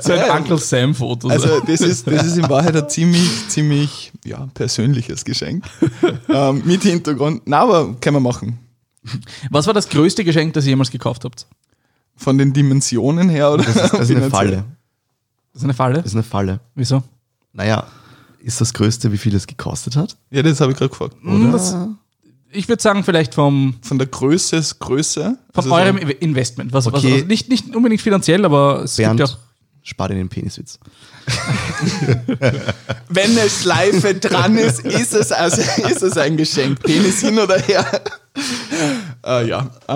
Speaker 1: So ein Uncle Sam-Foto. so.
Speaker 3: Also das ist, das ist in Wahrheit ein ziemlich, ziemlich ja, persönliches Geschenk. Ähm, mit Hintergrund. Na, aber können wir machen.
Speaker 1: Was war das größte Geschenk, das ihr jemals gekauft habt?
Speaker 3: Von den Dimensionen her oder?
Speaker 2: Das ist, das ist eine
Speaker 3: finanziell?
Speaker 2: Falle.
Speaker 1: Das ist eine Falle.
Speaker 2: Das ist eine Falle.
Speaker 1: Wieso?
Speaker 2: Naja, ist das Größte, wie viel es gekostet hat?
Speaker 3: Ja, das habe ich gerade gefragt.
Speaker 1: Hm, Das, ich würde sagen, vielleicht vom,
Speaker 3: Von der Größe ist Größe.
Speaker 1: von
Speaker 3: Also so-
Speaker 1: eurem Investment. Was, was,
Speaker 2: Okay.
Speaker 1: also nicht, nicht unbedingt finanziell, aber es
Speaker 2: Bernd,
Speaker 1: gibt ja auch
Speaker 2: Spar dir den Peniswitz.
Speaker 3: Wenn eine Schleife dran ist, ist es, also, ist es ein Geschenk. Penis hin oder her. Äh, ja. Ähm,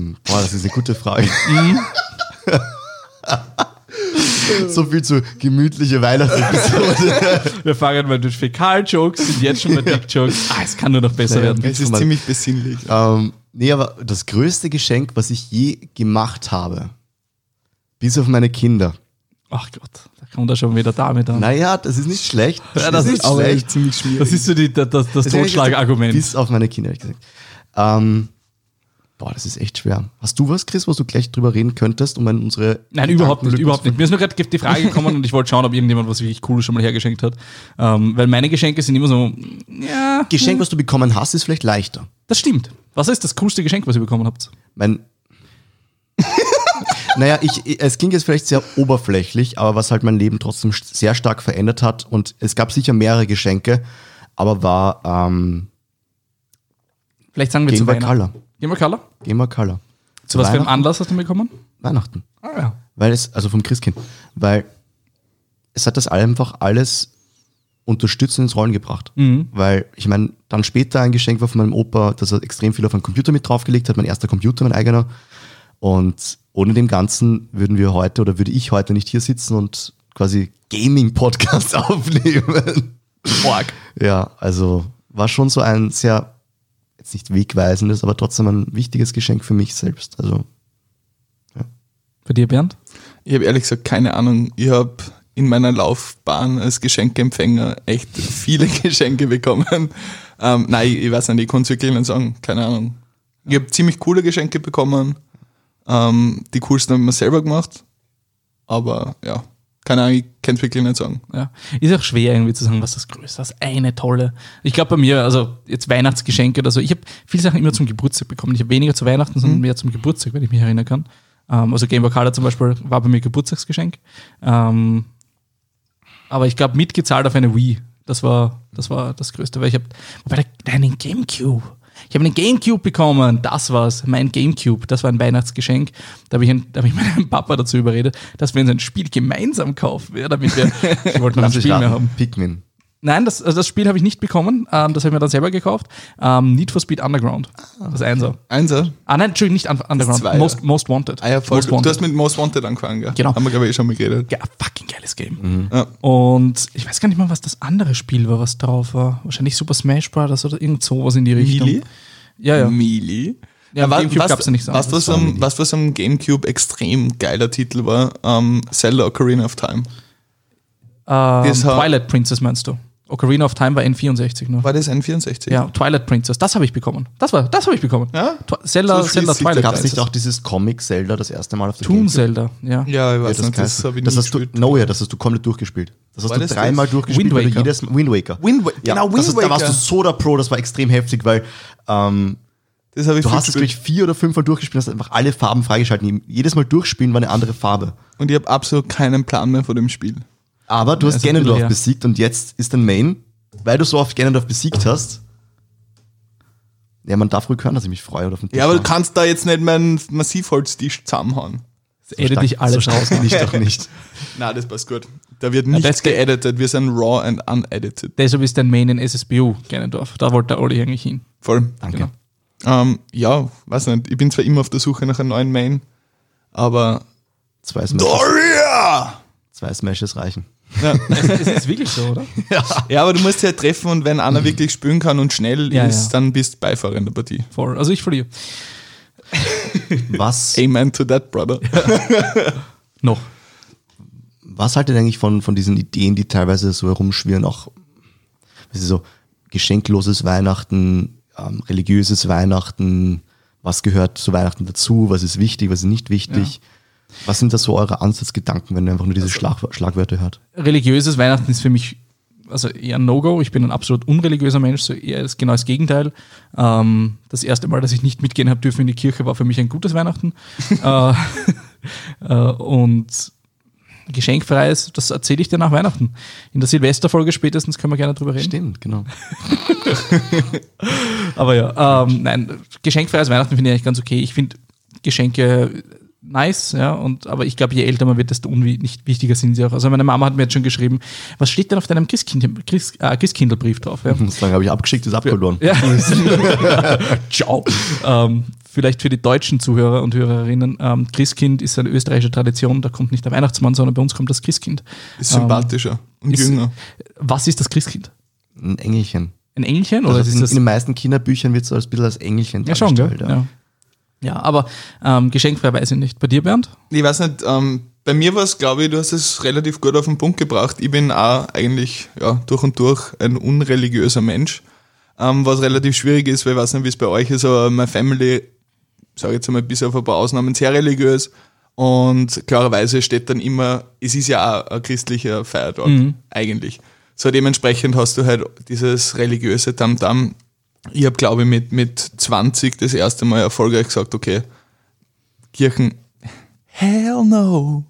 Speaker 2: Ähm, boah, das ist eine gute Frage.
Speaker 1: Hm?
Speaker 2: so viel zu gemütliche Weihnachtsepisode.
Speaker 1: Wir fangen mal mit Fäkal-Jokes, sind jetzt schon bei Dick-Jokes. Ah, es kann nur noch besser
Speaker 2: Naja,
Speaker 1: werden.
Speaker 3: es ist ziemlich besinnlich.
Speaker 2: ähm, nee, aber das größte Geschenk, was ich je gemacht habe, bis auf meine Kinder.
Speaker 1: Ach Gott, da kommt er schon wieder damit an.
Speaker 2: Naja, das ist nicht schlecht.
Speaker 1: Ja, das ist
Speaker 3: aber
Speaker 2: schlecht.
Speaker 3: ziemlich schwierig.
Speaker 1: Das ist so die, das, das, das
Speaker 2: Das hätte ich jetzt
Speaker 1: Totschlagargument.
Speaker 2: Bis auf meine Kinder, ehrlich gesagt. Ähm, boah, das ist echt schwer. Hast du was, Chris, was du gleich drüber reden könntest, um an unsere.
Speaker 1: Nein, überhaupt nicht,
Speaker 2: Gedankenlücken
Speaker 1: überhaupt nicht. Mir ist nur gerade die Frage gekommen und ich wollte schauen, ob irgendjemand was wirklich Cooles schon mal hergeschenkt hat. Ähm, weil meine Geschenke sind immer so, ja,
Speaker 2: zu- Geschenk, was du bekommen hast, ist vielleicht leichter.
Speaker 1: das stimmt. Was ist das coolste Geschenk, was ihr bekommen habt?
Speaker 2: Mein. naja, ich, ich- es ging jetzt vielleicht sehr oberflächlich, aber was halt mein Leben trotzdem st- sehr stark verändert hat. Und es gab sicher mehrere Geschenke, aber war ähm,
Speaker 1: Vielleicht sagen wir
Speaker 2: Game
Speaker 1: zu
Speaker 2: Boy
Speaker 1: Weihnachten.
Speaker 2: Color.
Speaker 1: Gehen wir Color?
Speaker 2: Game Boy Color.
Speaker 1: Zu was für einem
Speaker 2: Weihnachten?
Speaker 1: Anlass hast du ihn bekommen?
Speaker 2: Weihnachten.
Speaker 1: Ah ja.
Speaker 2: Weil es, also vom Christkind, weil es hat das einfach alles unterstützend ins Rollen gebracht.
Speaker 1: Mhm.
Speaker 2: Weil, ich meine, dann später ein Geschenk war von meinem Opa, dass er extrem viel auf einen Computer mit draufgelegt hat, mein erster Computer, mein eigener. Und ohne dem Ganzen würden wir heute oder würde ich heute nicht hier sitzen und quasi Gaming-Podcasts aufnehmen.
Speaker 1: Org.
Speaker 2: Ja, also war schon so ein sehr, jetzt nicht wegweisendes, aber trotzdem ein wichtiges Geschenk für mich selbst. Also
Speaker 1: Bei dir, Bernd?
Speaker 3: Ich habe ehrlich gesagt keine Ahnung. Ich habe in meiner Laufbahn als Geschenkeempfänger echt viele Geschenke bekommen. Ähm, nein, ich, ich weiß nicht, ich kann es wirklich nicht sagen. Keine Ahnung. Ich habe ziemlich coole Geschenke bekommen. Ähm, die coolsten haben wir selber gemacht. Aber ja, keine Ahnung, ich kann es wirklich nicht sagen.
Speaker 1: Ja. Ist auch schwer irgendwie zu sagen, was das größte, das eine tolle. Ich glaube bei mir, also jetzt Weihnachtsgeschenke oder so, ich habe viele Sachen immer zum Geburtstag bekommen. Ich habe weniger zu Weihnachten,
Speaker 2: Mhm.
Speaker 1: sondern mehr zum Geburtstag, wenn ich mich erinnern kann. Ähm, also Game Boy Color zum Beispiel war bei mir Geburtstagsgeschenk. Ähm, aber ich glaube mitgezahlt auf eine Wii. Das war das, war das Größte, weil ich habe, wobei, der- nein, den Gamecube. Ich habe einen Gamecube bekommen, das war's, mein Gamecube, das war ein Weihnachtsgeschenk. Da habe ich, ein- da hab ich meinen Papa dazu überredet, dass wir uns ein Spiel gemeinsam kaufen, ja, damit wir, ich wollte noch ein
Speaker 2: lass mich
Speaker 1: Spiel mehr
Speaker 2: raten,
Speaker 1: haben.
Speaker 2: Pikmin.
Speaker 1: Nein, das, also das Spiel habe ich nicht bekommen, ähm, das habe ich mir dann selber gekauft. Ähm, Need for Speed Underground, das Einser.
Speaker 3: Einser?
Speaker 1: Ah nein, Entschuldigung, nicht Un- Underground,
Speaker 3: Ah, Zweier.
Speaker 1: Most, Most Wanted.
Speaker 3: Ah ja, voll.
Speaker 1: Most
Speaker 3: Du
Speaker 1: Wanted.
Speaker 3: hast mit Most Wanted angefangen, gell?
Speaker 1: Genau.
Speaker 3: Haben wir, glaube ich, eh schon mal geredet.
Speaker 1: ja, fucking geiles Game.
Speaker 3: Ja.
Speaker 1: Und ich weiß gar nicht mal, was das andere Spiel war, was drauf war. Wahrscheinlich Super Smash Bros. oder irgend sowas in die Richtung.
Speaker 3: Melee? Mhm.
Speaker 1: Ja, ja.
Speaker 3: Mili.
Speaker 1: Ja,
Speaker 3: wa-
Speaker 1: Gamecube
Speaker 3: was,
Speaker 1: gab's ja nichts
Speaker 3: was,
Speaker 1: anderes.
Speaker 3: was, am, was, was am Gamecube extrem geiler Titel war, ähm, Zelda Ocarina of Time.
Speaker 1: Ähm,
Speaker 3: Das hat-
Speaker 1: Twilight Princess meinst du? Ocarina of Time war N64 nur.
Speaker 3: War das N64?
Speaker 1: Ja, Twilight Princess, das habe ich bekommen. Das war, das habe ich bekommen.
Speaker 3: Ja?
Speaker 1: Tw Zelda,
Speaker 3: So
Speaker 1: Zelda
Speaker 3: schließt sich
Speaker 1: Twilight
Speaker 3: der
Speaker 2: Gab es
Speaker 1: Princess.
Speaker 2: nicht auch dieses Comic Zelda das erste Mal auf der
Speaker 1: Toon
Speaker 2: Gamecube?
Speaker 1: Zelda, ja.
Speaker 3: Ja, ich
Speaker 2: Ja,
Speaker 3: weiß
Speaker 2: das
Speaker 3: nicht, das
Speaker 2: heißt,
Speaker 3: habe ich
Speaker 2: das
Speaker 3: nie
Speaker 2: hast du,
Speaker 3: gespielt.
Speaker 2: no, ja, das hast du komplett durchgespielt. Das hast
Speaker 3: War
Speaker 2: du
Speaker 3: das
Speaker 2: dreimal
Speaker 3: das?
Speaker 2: durchgespielt.
Speaker 1: Wind
Speaker 2: weil du
Speaker 1: Waker.
Speaker 2: Jedes, Wind Waker.
Speaker 3: Wind Wa- genau, Wind
Speaker 2: das ist, Da warst
Speaker 3: Waker.
Speaker 2: du Soda Pro, das war extrem heftig, weil ähm,
Speaker 3: Das habe ich
Speaker 2: du
Speaker 3: viel
Speaker 2: hast es
Speaker 3: gespielt.
Speaker 2: durch vier oder fünf Mal durchgespielt, hast einfach alle Farben freigeschalten. Jedes Mal durchspielen war eine andere Farbe.
Speaker 3: Und ich habe absolut keinen Plan mehr von dem Spiel.
Speaker 2: Aber du hast
Speaker 1: ist ein bisschen
Speaker 2: Ganondorf
Speaker 1: her.
Speaker 2: besiegt und jetzt ist dein Main, weil du so oft Ganondorf besiegt hast. Ja, man darf ruhig hören, dass ich mich freue. Oder auf den Tisch
Speaker 3: Ja, aber du
Speaker 2: hauen.
Speaker 3: kannst da jetzt nicht meinen Massivholztisch zusammenhauen.
Speaker 1: Das edit ich alles
Speaker 2: so
Speaker 1: raus.
Speaker 2: raus. Ich doch nicht.
Speaker 3: Na, das passt gut. Da wird nichts
Speaker 1: das geht.
Speaker 3: geeditet, wir sind raw and unedited.
Speaker 1: Deshalb ist dein Main in SSBU Gernendorf. Da wollte der Olli eigentlich hin.
Speaker 3: Voll.
Speaker 2: Danke.
Speaker 1: Genau.
Speaker 3: Ähm, ja, weiß nicht. Ich bin zwar immer auf der Suche nach einem neuen Main, aber.
Speaker 2: Zwei Smashes,
Speaker 3: Doria!
Speaker 2: zwei Smashes reichen.
Speaker 3: Ja.
Speaker 1: Das ist wirklich so, oder?
Speaker 3: Ja, aber du musst ja treffen und wenn einer wirklich spülen kann und schnell
Speaker 1: Mhm. Ja,
Speaker 3: ist,
Speaker 1: ja.
Speaker 3: dann bist du Beifahrer in der Partie.
Speaker 1: Voll. Also ich verliere.
Speaker 2: Was
Speaker 3: Amen to that, brother.
Speaker 1: Noch.
Speaker 2: Was haltet ihr eigentlich von, von diesen Ideen, die teilweise so herumschwirren, auch weißt du, so geschenkloses Weihnachten, ähm, religiöses Weihnachten, was gehört zu Weihnachten dazu, was ist wichtig, was ist nicht wichtig? Was sind da so eure Ansatzgedanken, wenn ihr einfach nur
Speaker 1: Also-
Speaker 2: diese Schlag, Schlagwörter hört?
Speaker 1: religiöses Weihnachten ist für mich also eher ein No-Go. Ich bin ein absolut unreligiöser Mensch, so eher das, genau das Gegenteil. Ähm, das erste Mal, dass ich nicht mitgehen habe dürfen in die Kirche, war für mich ein gutes Weihnachten. äh, äh, und geschenkfreies, das erzähle ich dir nach Weihnachten. In der Silvesterfolge spätestens können wir gerne drüber reden.
Speaker 2: Stimmt, genau.
Speaker 1: Aber ja, ähm, nein, geschenkfreies Weihnachten finde ich eigentlich ganz okay. Ich finde Geschenke nice, ja, und, aber ich glaube, je älter man wird, desto unwi- nicht wichtiger sind sie auch. Also meine Mama hat mir jetzt schon geschrieben, was steht denn auf deinem Christkind, Christ, äh, Christkindlbrief drauf? Ja?
Speaker 2: Ich muss sagen, habe ich abgeschickt, ist abgeloren.
Speaker 1: Ja. Ciao. Ähm, vielleicht für die deutschen Zuhörer und Hörerinnen, ähm, Christkind ist eine österreichische Tradition, da kommt nicht der Weihnachtsmann, sondern bei uns kommt das Christkind.
Speaker 3: Ist sympathischer und
Speaker 1: Ähm, ist-
Speaker 3: jünger.
Speaker 1: Was ist das Christkind?
Speaker 2: Ein Engelchen.
Speaker 1: Ein Engelchen oder
Speaker 2: Also
Speaker 1: ist
Speaker 2: in,
Speaker 1: das
Speaker 2: in den meisten Kinderbüchern wird so als bisschen als Engelchen
Speaker 1: ja schon, gell?
Speaker 2: dargestellt.
Speaker 1: Ja. ja, aber ähm, geschenkfrei weiß ich nicht. Bei dir, Bernd?
Speaker 3: Ich weiß nicht, ähm, bei mir war es, glaube ich, du hast es relativ gut auf den Punkt gebracht. Ich bin auch eigentlich ja, durch und durch ein unreligiöser Mensch, ähm, was relativ schwierig ist, weil ich weiß nicht, wie es bei euch ist, aber meine Family, sage ich jetzt einmal, bis auf ein paar Ausnahmen sehr religiös. Und klarerweise steht dann immer, es ist ja auch ein christlicher Feiertag, eigentlich. So dementsprechend hast du halt dieses religiöse Tamtam. Ich habe, glaube ich, mit, mit 20 das erste Mal erfolgreich gesagt, okay, Kirchen Hell no.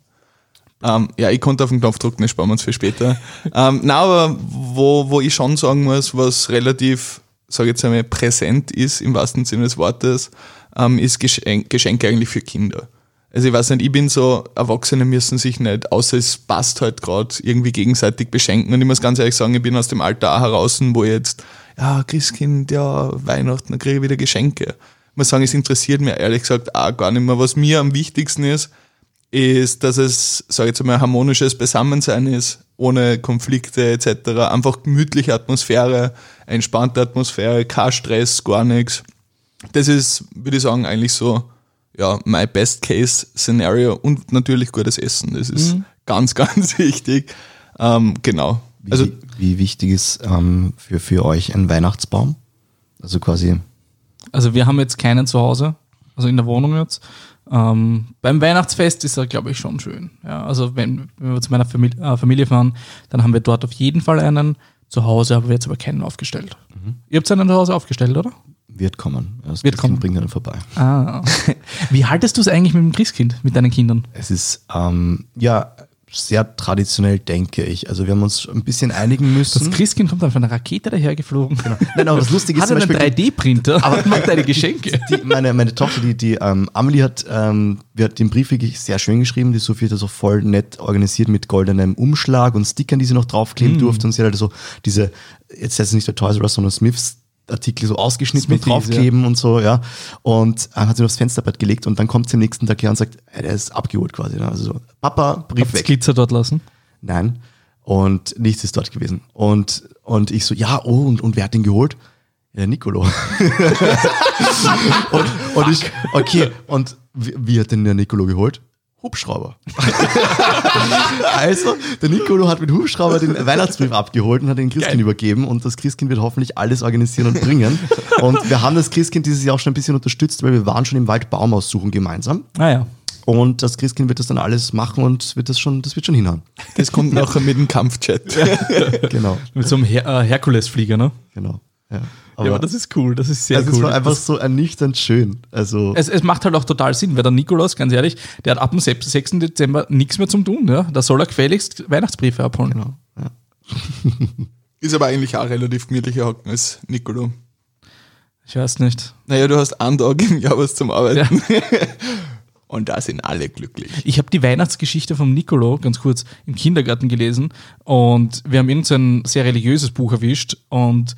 Speaker 3: Ähm, ja, ich konnte auf den Knopf drücken, das sparen wir uns für später. ähm, na, aber wo, wo ich schon sagen muss, was relativ, sage ich jetzt einmal, präsent ist im wahrsten Sinne des Wortes, ähm, ist Geschenk, Geschenke eigentlich für Kinder. Also ich weiß nicht, ich bin so, Erwachsene müssen sich nicht, außer es passt halt gerade, irgendwie gegenseitig beschenken. Und ich muss ganz ehrlich sagen, ich bin aus dem Alter auch heraus, wo ich jetzt, ja, Christkind, ja, Weihnachten, dann kriege ich wieder Geschenke. Ich muss sagen, es interessiert mir ehrlich gesagt auch gar nicht mehr. Was mir am wichtigsten ist, ist, dass es, sage ich jetzt mal, harmonisches Beisammensein ist, ohne Konflikte etc. Einfach gemütliche Atmosphäre, entspannte Atmosphäre, kein Stress, gar nichts. Das ist, würde ich sagen, eigentlich so, ja, my best case Szenario und natürlich gutes Essen. Das ist ganz, ganz wichtig. Ähm, genau.
Speaker 2: Wie,
Speaker 3: Also,
Speaker 2: wie wichtig ist ähm, für, für euch ein Weihnachtsbaum? Also quasi,
Speaker 1: Also wir haben jetzt keinen zu Hause, also in der Wohnung jetzt. Ähm, beim Weihnachtsfest ist er, glaube ich, schon schön. Ja, also wenn, wenn wir zu meiner Famili äh, Familie fahren, dann haben wir dort auf jeden Fall einen. Zu Hause haben wir jetzt aber keinen aufgestellt. Ihr habt einen zu Hause aufgestellt, oder?
Speaker 2: wird kommen. Ja, Das
Speaker 1: Wird kommen.
Speaker 2: Christkind bringt dann vorbei.
Speaker 1: Ah. Wie haltest du es eigentlich mit dem Christkind, mit deinen Kindern?
Speaker 2: Es ist, ähm, ja, sehr traditionell, denke ich. Also wir haben uns ein bisschen einigen
Speaker 1: Das
Speaker 2: müssen.
Speaker 1: Christkind kommt dann von einer Rakete dahergeflogen.
Speaker 2: Hm? Nein, aber das Lustige ist
Speaker 1: Hat er
Speaker 2: zum
Speaker 1: einen
Speaker 2: Beispiel,
Speaker 1: 3D-Printer? Aber macht deine Geschenke.
Speaker 2: die, meine, meine Tochter, die, die ähm, Amelie hat, ähm, die hat den Brief wirklich sehr schön geschrieben. Die Sophie hat das auch voll nett organisiert mit goldenem Umschlag und Stickern, die sie noch
Speaker 1: Mm.
Speaker 2: draufkleben durfte. Und sie hat halt so diese, jetzt heißt es nicht der Toys R Us, sondern Smiths. Artikel so ausgeschnitten und
Speaker 1: Smithies,
Speaker 2: draufkleben und so, ja. Und äh, hat sie aufs Fensterbrett gelegt und dann kommt sie am nächsten Tag her und sagt, ey, der ist abgeholt quasi. Ne? Also so, Papa, Brief
Speaker 1: Habt's
Speaker 2: weg.
Speaker 1: Glitzer dort lassen.
Speaker 2: Nein. Und nichts ist dort gewesen. Und, und ich so, ja, oh, und, und wer hat den geholt? Ja, der Nicolo. und, und ich, okay, und wie, wie hat denn der Nicolo geholt? Hubschrauber. also, der Nicolo hat mit Hubschrauber den Weihnachtsbrief abgeholt und hat den Christkind übergeben und das Christkind wird hoffentlich alles organisieren und bringen. Und wir haben das Christkind dieses Jahr auch schon ein bisschen unterstützt, weil wir waren schon im Wald Baum aussuchen gemeinsam.
Speaker 1: Naja.
Speaker 2: Und das Christkind wird das dann alles machen und wird das schon, das wird schon hinhauen.
Speaker 3: das kommt nachher mit dem Kampfchat.
Speaker 2: Genau.
Speaker 1: Mit so einem Her äh, Herkulesflieger, ne?
Speaker 2: Genau. Ja,
Speaker 1: Ja,
Speaker 2: aber
Speaker 1: aber das ist cool. Das ist sehr
Speaker 2: also
Speaker 1: cool.
Speaker 2: es war einfach so ernüchternd schön. Also
Speaker 1: Es, es macht halt auch total Sinn, weil der Nikolaus, ganz ehrlich, der hat ab dem 6. Dezember nichts mehr zum tun. Ja? Da soll er gefälligst Weihnachtsbriefe abholen.
Speaker 2: genau. Ja.
Speaker 3: Ist aber eigentlich auch relativ gemütlicher Hocken als Nicolo.
Speaker 1: Ich weiß nicht.
Speaker 3: Naja, du hast einen Tag im Jahr was zum
Speaker 1: Ja.
Speaker 3: Arbeiten. Und da sind alle glücklich.
Speaker 1: Ich habe die Weihnachtsgeschichte vom Nicolo ganz kurz im Kindergarten gelesen und wir haben irgendein sehr religiöses Buch erwischt und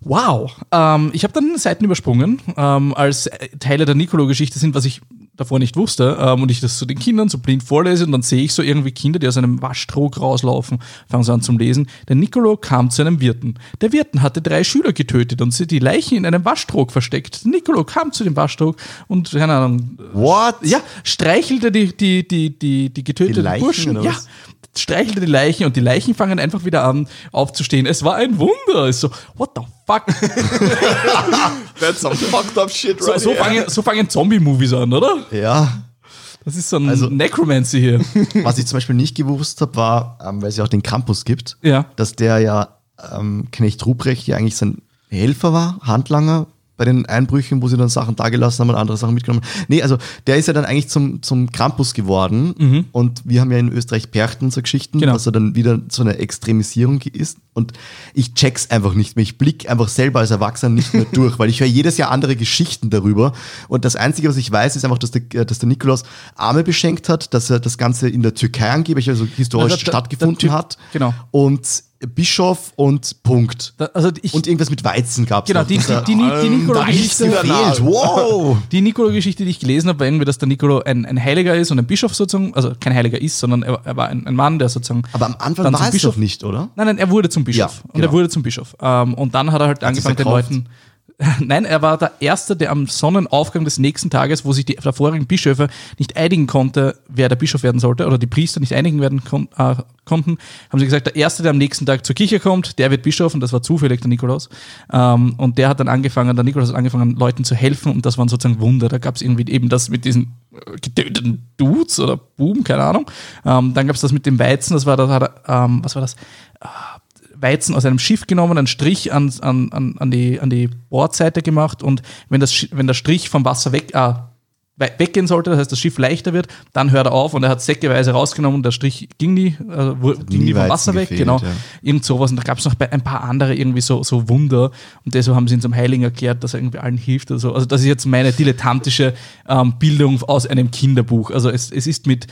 Speaker 1: wow, ähm, ich habe dann Seiten übersprungen, ähm, als äh, Teile der Nicolo-Geschichte sind, was ich davor nicht wusste ähm, und ich das zu den Kindern so blind vorlese und dann sehe ich so irgendwie Kinder, die aus einem Waschtrog rauslaufen, fangen sie an zum Lesen. Der Nicolo kam zu einem Wirten. Der Wirten hatte drei Schüler getötet und sie die Leichen in einem Waschtrog versteckt. Der Nicolo kam zu dem Waschtrog und, keine Ahnung,
Speaker 2: What?
Speaker 1: ja, streichelte die, die, die, die, die
Speaker 2: Die
Speaker 1: getöteten
Speaker 2: Leichen
Speaker 1: Burschen.
Speaker 2: oder
Speaker 1: Ja,
Speaker 2: was?
Speaker 1: streichelte die Leichen und die Leichen fangen einfach wieder an aufzustehen. Es war ein Wunder. Ist so, what the fuck?
Speaker 3: That's some fucked up shit
Speaker 1: So, so fangen, so fangen Zombie-Movies an, oder?
Speaker 2: ja.
Speaker 1: Das ist so ein
Speaker 2: Also-
Speaker 1: Necromancy hier.
Speaker 2: Was ich zum Beispiel nicht gewusst habe, war, ähm, weil es ja auch den Campus gibt,
Speaker 1: Ja.
Speaker 2: dass der ja ähm, Knecht Ruprecht ja eigentlich sein Helfer war, Handlanger bei den Einbrüchen, wo sie dann Sachen dagelassen haben und andere Sachen mitgenommen haben. Nee, also der ist ja dann eigentlich zum, zum Krampus geworden und wir haben ja in Österreich Perchten so Geschichten,
Speaker 1: Mhm. Genau.
Speaker 2: dass er dann wieder zu einer Extremisierung ge- ist und ich check's einfach nicht mehr. Ich blick einfach selber als Erwachsener nicht mehr durch, weil ich höre jedes Jahr andere Geschichten darüber und das Einzige, was ich weiß, ist einfach, dass der, äh, dass der Nikolaus Arme beschenkt hat, dass er das Ganze in der Türkei angeblich, also historisch
Speaker 1: Ja, der- der-
Speaker 2: stattgefunden
Speaker 1: der Typ-
Speaker 2: hat
Speaker 1: genau.
Speaker 2: und Bischof und Punkt.
Speaker 1: Da, also ich,
Speaker 2: Und irgendwas mit Weizen gab's
Speaker 1: genau,
Speaker 2: noch.
Speaker 1: die, die,
Speaker 2: Dieser-
Speaker 1: die, die, die
Speaker 3: Ähm, da
Speaker 1: Nikolo-Geschichte.
Speaker 3: ist die
Speaker 2: fehlt. Wow!
Speaker 1: Die Nicolo-Geschichte, die ich gelesen habe, war irgendwie, dass der Nicolo ein, ein Heiliger ist und ein Bischof sozusagen, also kein Heiliger ist, sondern er, er war ein, ein Mann, der sozusagen.
Speaker 2: Aber am Anfang
Speaker 1: dann
Speaker 2: war
Speaker 1: zum
Speaker 2: es
Speaker 1: Bischof
Speaker 2: doch nicht, oder?
Speaker 1: Nein, nein, er wurde zum Bischof.
Speaker 2: Ja,
Speaker 1: Und er
Speaker 2: genau.
Speaker 1: wurde zum Bischof. Ähm, und dann hat er halt
Speaker 2: sich's
Speaker 1: angefangen, den
Speaker 2: erkauft.
Speaker 1: Leuten. Nein, er war der Erste, der am Sonnenaufgang des nächsten Tages, wo sich die der vorigen Bischöfe nicht einigen konnte, wer der Bischof werden sollte, oder die Priester nicht einigen werden kon äh, konnten, haben sie gesagt, der Erste, der am nächsten Tag zur Kirche kommt, der wird Bischof, und das war zufällig der Nikolaus. Ähm, und der hat dann angefangen, der Nikolaus hat angefangen, Leuten zu helfen, und das waren sozusagen Wunder. Da gab es irgendwie eben das mit diesen äh, getöteten Dudes oder Buben, keine Ahnung. Ähm, dann gab es das mit dem Weizen, das war, das hat er, ähm, was war das? Weizen aus einem Schiff genommen, einen Strich an, an, an, an, die, an die Bordseite gemacht und wenn, das, Schi- wenn der Strich vom Wasser weg, äh, we- weggehen sollte, das heißt, das Schiff leichter wird, dann hört er auf und er hat säckeweise rausgenommen und der Strich ging nie, also wu- ging
Speaker 2: nie
Speaker 1: nie vom
Speaker 2: Weizen
Speaker 1: Wasser weg,
Speaker 2: gefehlt,
Speaker 1: genau.
Speaker 2: ja.
Speaker 1: Irgend sowas. Und da gab es noch bei ein paar andere irgendwie so, so Wunder und deshalb haben sie ihn zum Heiligen erklärt, dass er irgendwie allen hilft oder so. Also das ist jetzt meine dilettantische ähm, Bildung aus einem Kinderbuch. Also es, es ist mit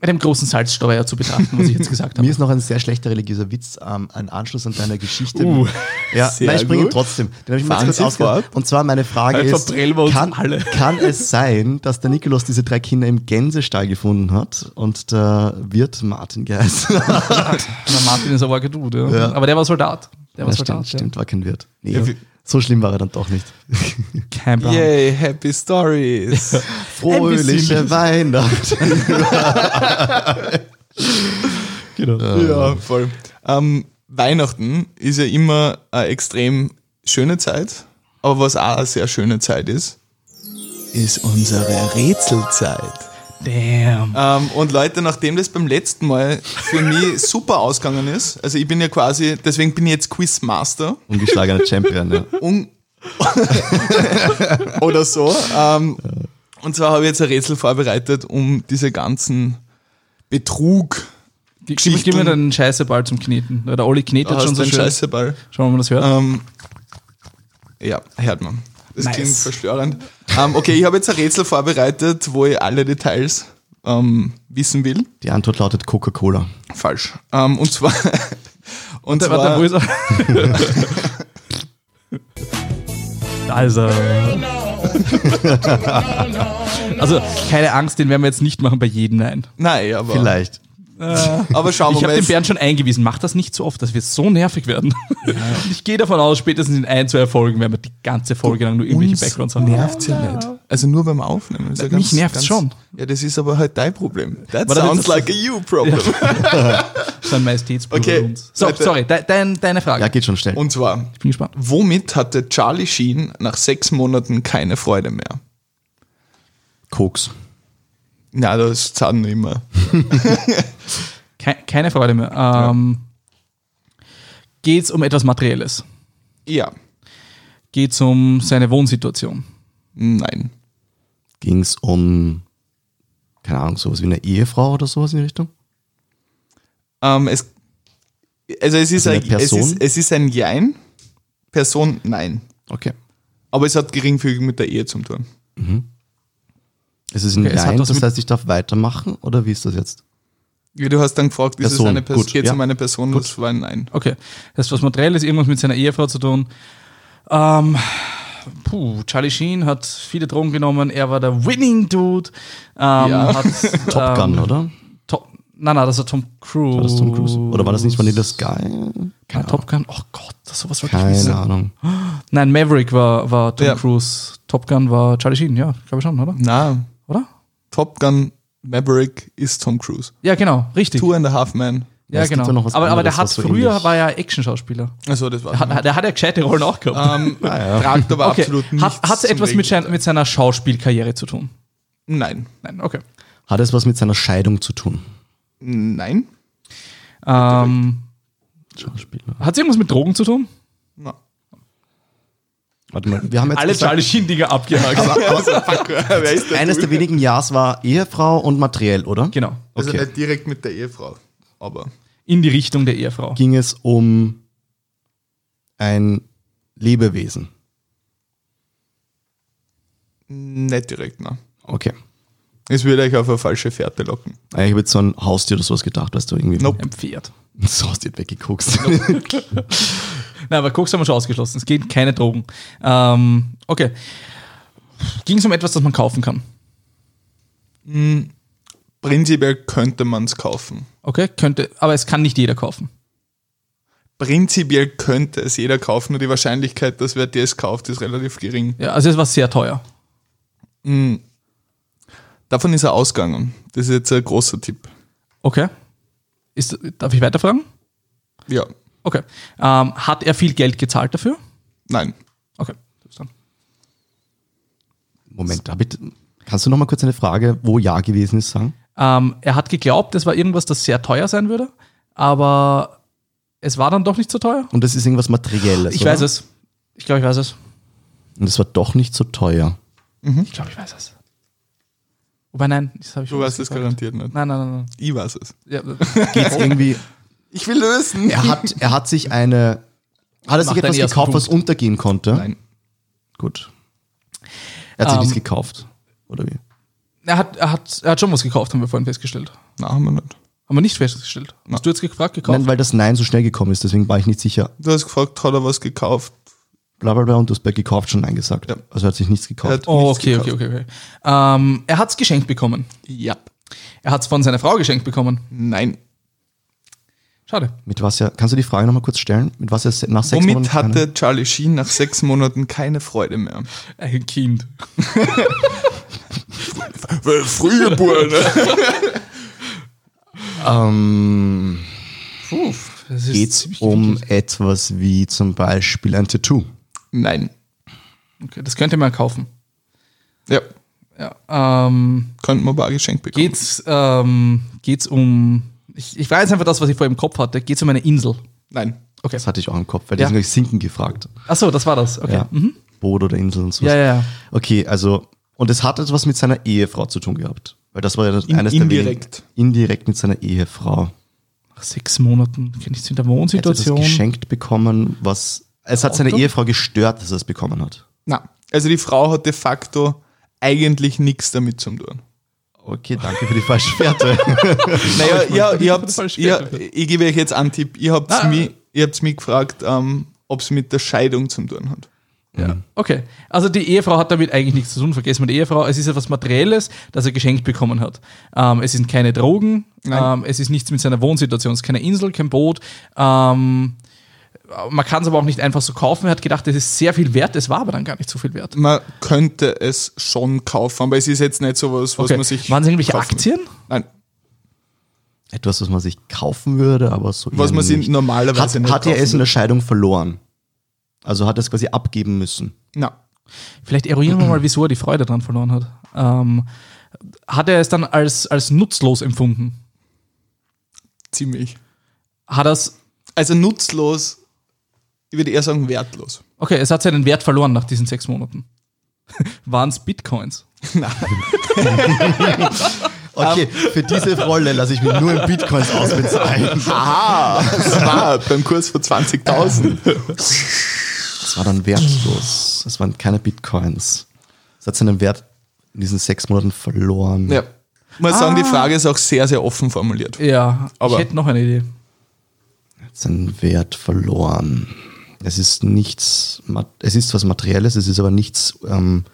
Speaker 1: einem großen Salzsteuer zu betrachten, was ich jetzt gesagt habe.
Speaker 2: Mir ist noch ein sehr schlechter religiöser Witz, ähm, ein Anschluss an deine Geschichte.
Speaker 3: Uh,
Speaker 2: ja,
Speaker 3: sehr
Speaker 2: nein, ich bringe ihn
Speaker 3: gut.
Speaker 2: trotzdem. Den habe ich mir
Speaker 3: Fahren
Speaker 2: jetzt kurz
Speaker 3: Sie
Speaker 2: ausgedacht.
Speaker 3: fort.
Speaker 2: Und zwar meine Frage
Speaker 3: Heute
Speaker 2: ist,
Speaker 3: verbrellen wir uns
Speaker 2: kann,
Speaker 3: alle.
Speaker 2: kann es sein, dass der Nikolaus diese drei Kinder im Gänsestall gefunden hat und der Wirt Martin geheißen hat?
Speaker 1: Na, Martin ist aber geduht, ja.
Speaker 2: Ja.
Speaker 1: Aber der war Soldat. Der war
Speaker 2: Ja,
Speaker 1: Soldat.
Speaker 2: stimmt, stimmt, war kein Wirt. Nee,
Speaker 3: Ja, wie-
Speaker 2: so schlimm war er dann doch nicht.
Speaker 1: Ja. Kein Plan.
Speaker 3: Yay, happy stories.
Speaker 2: Fröhliche Weihnachten.
Speaker 3: Ja, voll. Ähm, Weihnachten ist ja immer eine extrem schöne Zeit, aber was auch eine sehr schöne Zeit ist, ist unsere Rätselzeit.
Speaker 1: Damn.
Speaker 3: Ähm, und Leute, nachdem das beim letzten Mal für mich super ausgegangen ist, also ich bin ja quasi, deswegen bin ich jetzt Quizmaster
Speaker 2: Ungeschlagener Champion, ja.
Speaker 3: un oder so. Ähm, und zwar habe ich jetzt ein Rätsel vorbereitet, um diese ganzen Betrug.
Speaker 1: Gib, gib mir
Speaker 3: Geschichten.
Speaker 1: deinen Scheißeball zum Kneten. Weil Der Olli knetet
Speaker 3: Da
Speaker 1: schon
Speaker 3: hast du
Speaker 1: so
Speaker 3: einen
Speaker 1: schön.
Speaker 3: Scheißeball.
Speaker 1: Schauen wir mal, ob man das hört.
Speaker 3: Ähm, ja, hört man. Das
Speaker 1: Nice.
Speaker 3: klingt verstörend. Ähm, okay, ich habe jetzt ein Rätsel vorbereitet, wo ich alle Details ähm, wissen will.
Speaker 2: Die Antwort lautet Coca-Cola.
Speaker 3: Falsch. Ähm, und zwar. Und
Speaker 1: Da- warte,
Speaker 3: zwar,
Speaker 1: wo ist er? da ist er. also, keine Angst, den werden wir jetzt nicht machen bei jedem, nein.
Speaker 3: nein, aber,
Speaker 2: Vielleicht.
Speaker 3: aber schauen wir
Speaker 1: Ich
Speaker 3: mal.
Speaker 1: habe den
Speaker 3: jetzt-
Speaker 1: Bernd schon eingewiesen. Mach das nicht so oft, dass wir so nervig werden. Und Ich gehe davon aus, spätestens in ein, zwei Folgen werden wir die ganze Folge lang nur irgendwelche
Speaker 3: Uns
Speaker 1: Backgrounds haben.
Speaker 3: nervt's ja nicht.
Speaker 2: Ah.
Speaker 3: Also nur beim Aufnehmen. ist ja
Speaker 1: Mich nervt's schon.
Speaker 3: Ja, das ist aber halt dein Problem. That
Speaker 1: Warte,
Speaker 3: sounds
Speaker 1: das-
Speaker 3: like a you problem.
Speaker 1: Sein Majestätsbruder
Speaker 3: Okay,
Speaker 1: uns. So,
Speaker 3: Leute.
Speaker 1: sorry, de, dein, deine Frage.
Speaker 2: Ja, geht schon schnell.
Speaker 3: Und zwar,
Speaker 1: ich bin gespannt.
Speaker 3: womit hatte Charlie Sheen nach sechs Monaten keine Freude mehr?
Speaker 2: Koks.
Speaker 3: Na, das zahlen wir immer.
Speaker 1: Ke keine Freude mehr. Ähm, Geht es um etwas Materielles?
Speaker 3: Ja.
Speaker 1: Geht es um seine Wohnsituation?
Speaker 3: Nein.
Speaker 2: ging es um, keine Ahnung, sowas wie eine Ehefrau oder sowas in die Richtung.
Speaker 3: Ähm, es, also es ist,
Speaker 2: Also eine
Speaker 3: ein, es,
Speaker 2: Person?
Speaker 3: ist, es ist ein Jein. Person, nein.
Speaker 2: Okay.
Speaker 3: Aber es hat geringfügig mit der Ehe zu tun.
Speaker 2: Es ist ein
Speaker 1: Okay, es hat
Speaker 2: Nein,
Speaker 1: was
Speaker 2: das
Speaker 1: mit-
Speaker 2: heißt, ich darf weitermachen oder wie ist das jetzt?
Speaker 3: Wie du hast dann gefragt, ist es
Speaker 2: Person,
Speaker 3: eine Person,
Speaker 2: gut,
Speaker 3: geht es
Speaker 2: ja.
Speaker 3: um eine Person? Das war ein Nein.
Speaker 1: Okay. Das ist was Materielles, irgendwas mit seiner Ehefrau zu tun. Ähm, puh, Charlie Sheen hat viele Drogen genommen. Er war der Winning Dude. Ähm,
Speaker 3: Ja.
Speaker 1: hat, ähm,
Speaker 2: Top Gun, oder?
Speaker 1: Top, nein, nein, das war Tom Cruise.
Speaker 2: War das Tom Cruise?
Speaker 1: oh.
Speaker 2: Oder war das nicht Vanilla Sky?
Speaker 1: Ah, Top Gun? Oh Gott, das sowas wollte ich wissen.
Speaker 2: Keine Ahnung.
Speaker 1: Nein, Maverick war, war Tom
Speaker 3: Ja.
Speaker 1: Cruise. Top Gun war Charlie Sheen, ja, glaube ich schon, oder?
Speaker 3: Na,
Speaker 1: Oder?
Speaker 3: Top Gun Maverick ist Tom Cruise.
Speaker 1: Ja, genau, richtig.
Speaker 3: Two and a Half Man.
Speaker 1: ja,
Speaker 2: Es gibt
Speaker 1: genau.
Speaker 2: ja noch was
Speaker 1: aber, aber der
Speaker 2: anderes,
Speaker 1: hat
Speaker 2: was so
Speaker 1: früher
Speaker 2: ähnlich-
Speaker 1: war ja Action-Schauspieler.
Speaker 3: Also das war.
Speaker 1: Hat- Der hat ja gescheite Rollen auch
Speaker 2: Ah,
Speaker 1: gehabt.
Speaker 3: Ähm, Tragt aber
Speaker 1: okay.
Speaker 3: absolut nichts.
Speaker 1: Hat hat's
Speaker 3: zum
Speaker 1: etwas mit,
Speaker 3: Regelteil.
Speaker 1: sein- mit seiner Schauspielkarriere zu tun?
Speaker 3: Nein.
Speaker 1: Nein, okay.
Speaker 2: Hat es was mit seiner Scheidung zu tun?
Speaker 3: Nein.
Speaker 1: Ähm,
Speaker 2: Schauspieler.
Speaker 1: hat es irgendwas mit Drogen zu tun?
Speaker 3: Na.
Speaker 2: Warte mal, wir haben jetzt
Speaker 1: Alle
Speaker 2: gesagt,
Speaker 1: Charlie Schindiger abgehakt.
Speaker 3: Wer ist der
Speaker 2: eines der wenigen Ja's war Ehefrau und materiell, oder?
Speaker 1: genau.
Speaker 3: Also
Speaker 2: Okay.
Speaker 3: nicht direkt mit der Ehefrau, aber
Speaker 1: In die Richtung der Ehefrau.
Speaker 2: Ging es um ein Lebewesen.
Speaker 3: nicht direkt, ne?
Speaker 2: Okay.
Speaker 3: Es würde euch auf eine falsche Fährte locken.
Speaker 2: Ich habe jetzt so ein Haustier oder sowas gedacht, weißt du, irgendwie.
Speaker 3: Nope.
Speaker 1: Ein Pferd.
Speaker 2: So hast du jetzt weggeguckt.
Speaker 1: Nein, aber Koks haben wir schon ausgeschlossen. Es gehen keine Drogen. Ähm, okay. Ging es um etwas, das man kaufen kann?
Speaker 3: Prinzipiell könnte man es kaufen.
Speaker 1: Okay, könnte, aber es kann nicht jeder kaufen.
Speaker 3: Prinzipiell könnte es jeder kaufen, nur die Wahrscheinlichkeit, dass wer das kauft, ist relativ gering.
Speaker 1: Ja, also es war sehr teuer.
Speaker 3: Davon ist er ausgegangen. Das ist jetzt ein großer Tipp.
Speaker 1: Okay. Ist, darf ich weiterfragen?
Speaker 3: Ja,
Speaker 1: Okay. Ähm, hat er viel Geld gezahlt dafür?
Speaker 3: nein.
Speaker 1: Okay. Du bist dran.
Speaker 2: Moment, hab ich, kannst du noch mal kurz eine Frage, wo Ja gewesen ist, sagen?
Speaker 1: Ähm, er hat geglaubt, es war irgendwas, das sehr teuer sein würde, aber es war dann doch nicht so teuer.
Speaker 2: Und das ist irgendwas Materielles.
Speaker 1: Ich
Speaker 2: oder?
Speaker 1: weiß es. Ich glaube, ich weiß es.
Speaker 2: Und es war doch nicht so teuer.
Speaker 1: Hm? Ich glaube, ich weiß es. Wobei, nein, das habe ich
Speaker 3: Du
Speaker 1: schon
Speaker 3: weißt es
Speaker 1: gesagt.
Speaker 3: garantiert nicht.
Speaker 1: Nein, nein, nein. nein.
Speaker 3: Ich weiß es.
Speaker 1: Ja.
Speaker 2: Geht's irgendwie,
Speaker 3: Ich will lösen.
Speaker 2: er hat, er hat sich eine,
Speaker 1: Mach
Speaker 2: hat er sich etwas
Speaker 1: deinen ersten
Speaker 2: gekauft, was
Speaker 1: Punkt.
Speaker 2: untergehen konnte?
Speaker 3: Nein.
Speaker 2: Gut. Er hat sich
Speaker 1: Ähm,
Speaker 2: nichts gekauft, oder wie?
Speaker 1: Er, hat, er, hat, er hat schon was gekauft, haben wir vorhin festgestellt.
Speaker 3: Nein, haben wir nicht.
Speaker 1: Haben wir nicht festgestellt.
Speaker 3: Nein.
Speaker 1: Hast du jetzt gefragt, gekauft?
Speaker 2: Nein, weil das Nein so schnell gekommen ist, deswegen war ich nicht sicher.
Speaker 3: Du hast gefragt, hat er was gekauft?
Speaker 2: Bla bla bla und du hast bei gekauft schon Nein gesagt.
Speaker 3: Ja.
Speaker 2: Also er hat sich nichts gekauft.
Speaker 3: Er hat
Speaker 1: oh,
Speaker 3: nichts
Speaker 1: okay, okay,
Speaker 3: gekauft.
Speaker 1: okay, okay. Ähm, er hat es geschenkt bekommen.
Speaker 3: Ja.
Speaker 1: Er hat es von seiner Frau geschenkt bekommen.
Speaker 3: Nein.
Speaker 1: Schade.
Speaker 2: Mit was er, kannst du die Frage nochmal kurz stellen? Mit was er se- nach sechs
Speaker 3: Womit
Speaker 2: Monaten keine-
Speaker 3: hatte Charlie Sheen nach sechs Monaten keine Freude mehr?
Speaker 1: Ein Kind.
Speaker 3: Frühe Burne.
Speaker 2: ähm,
Speaker 1: Puh, das ist
Speaker 2: geht's
Speaker 1: ziemlich
Speaker 2: um
Speaker 1: gefährlich.
Speaker 2: etwas wie zum Beispiel ein Tattoo?
Speaker 3: Nein.
Speaker 1: Okay, das könnte man kaufen.
Speaker 3: Ja,
Speaker 1: Ja, ähm,
Speaker 3: könnten wir bar geschenkt bekommen.
Speaker 1: geht's, ähm, geht's um. Ich, ich weiß einfach das, was ich vorher im Kopf hatte. Geht's um eine Insel?
Speaker 3: Nein.
Speaker 1: Okay.
Speaker 2: Das hatte ich auch im Kopf, weil
Speaker 1: Ja.
Speaker 2: die sind gleich sinken gefragt.
Speaker 1: Achso, das war das. Okay.
Speaker 2: Ja. Boot oder Insel und so.
Speaker 1: Ja, ja, ja.
Speaker 2: Okay, also, und es hat etwas mit seiner Ehefrau zu tun gehabt. Weil das war ja das
Speaker 3: In-
Speaker 2: eines
Speaker 3: indirekt.
Speaker 2: der wenigen, Indirekt mit seiner Ehefrau.
Speaker 1: Nach sechs Monaten kenne ich in der
Speaker 2: Er hat etwas
Speaker 1: Wohnsituation.
Speaker 2: geschenkt bekommen, was. Es hat seine
Speaker 1: Auto?
Speaker 2: Ehefrau gestört, dass er es bekommen hat.
Speaker 3: Na, also die Frau hat de facto eigentlich nichts damit zu tun.
Speaker 2: Okay, danke für die falsche Fährte.
Speaker 3: Naja, ihr, ihr habt,
Speaker 1: Falsch
Speaker 3: ihr, ich gebe euch jetzt einen Tipp. Ihr habt
Speaker 1: Ah.
Speaker 3: mich, ihr habt's mich gefragt, ähm, ob es mit der Scheidung zu tun hat.
Speaker 1: Ja. Okay. Also die Ehefrau hat damit eigentlich nichts zu tun. Vergessen wir die Ehefrau. Es ist etwas Materielles, das er geschenkt bekommen hat. Ähm, es sind keine Drogen.
Speaker 3: Nein.
Speaker 1: Ähm, es ist nichts mit seiner Wohnsituation. Es ist keine Insel, kein Boot. Ähm, man kann es aber auch nicht einfach so kaufen. Er hat gedacht, das ist sehr viel wert. Es war aber dann gar nicht so viel wert.
Speaker 3: Man könnte es schon kaufen, aber es ist jetzt nicht sowas, was
Speaker 1: Okay.
Speaker 3: man sich.
Speaker 1: Waren es irgendwelche
Speaker 3: kaufen will.
Speaker 1: Aktien?
Speaker 3: Nein,
Speaker 2: etwas, was man sich kaufen würde, aber so.
Speaker 3: was
Speaker 2: eher
Speaker 3: man sich
Speaker 2: nicht.
Speaker 3: normalerweise
Speaker 2: hat,
Speaker 3: nicht
Speaker 2: hat er
Speaker 3: kaufen
Speaker 2: es in der
Speaker 3: würde.
Speaker 2: Scheidung verloren. Also hat er es quasi abgeben müssen.
Speaker 3: Na,
Speaker 1: Vielleicht eruieren wir mal, wieso er die Freude daran verloren hat. Ähm, hat er es dann als, als nutzlos empfunden?
Speaker 3: ziemlich.
Speaker 1: Hat er es.
Speaker 3: Also nutzlos, ich würde eher sagen wertlos.
Speaker 1: Okay, es hat seinen Wert verloren nach diesen sechs Monaten. Waren es Bitcoins?
Speaker 3: Ähm.
Speaker 2: Okay, für diese Rolle lasse ich mich nur in Bitcoins ausbezahlen.
Speaker 3: Aha, das war beim Kurs von 20.000.
Speaker 2: Es war dann wertlos. Es waren keine Bitcoins. Es hat seinen Wert in diesen sechs Monaten verloren.
Speaker 3: Ja. Muss sagen,
Speaker 2: Ah.
Speaker 3: die Frage ist auch sehr, sehr offen formuliert.
Speaker 1: Ja,
Speaker 3: Aber-
Speaker 1: ich hätte noch eine Idee.
Speaker 2: Hat seinen Wert verloren. Es ist nichts, ma- es ist was Materielles, es ist aber nichts, ähm,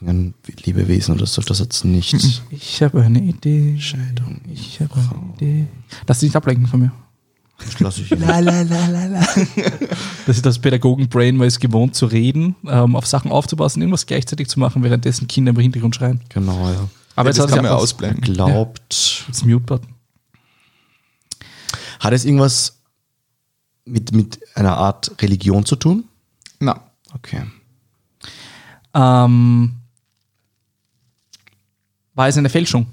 Speaker 2: irgendein Lebewesen oder so, das hat es nicht.
Speaker 3: Hm.
Speaker 1: Ich habe eine Idee. Scheidung. Ich habe eine Idee. Lass dich nicht ablenken von mir.
Speaker 2: Das lasse ich immer.
Speaker 1: Das ist das Pädagogen-Brain, weil es gewohnt zu reden, ähm, auf Sachen aufzupassen, irgendwas gleichzeitig zu machen, währenddessen Kinder im Hintergrund schreien.
Speaker 2: Genau, ja.
Speaker 1: Aber
Speaker 3: das kann man
Speaker 1: abgelenkt.
Speaker 3: ausblenden.
Speaker 2: Glaubt.
Speaker 1: Das Mute-Button.
Speaker 2: Hat es irgendwas mit, mit einer Art Religion zu tun?
Speaker 3: Na,
Speaker 2: Okay.
Speaker 1: Ähm, war es eine Fälschung?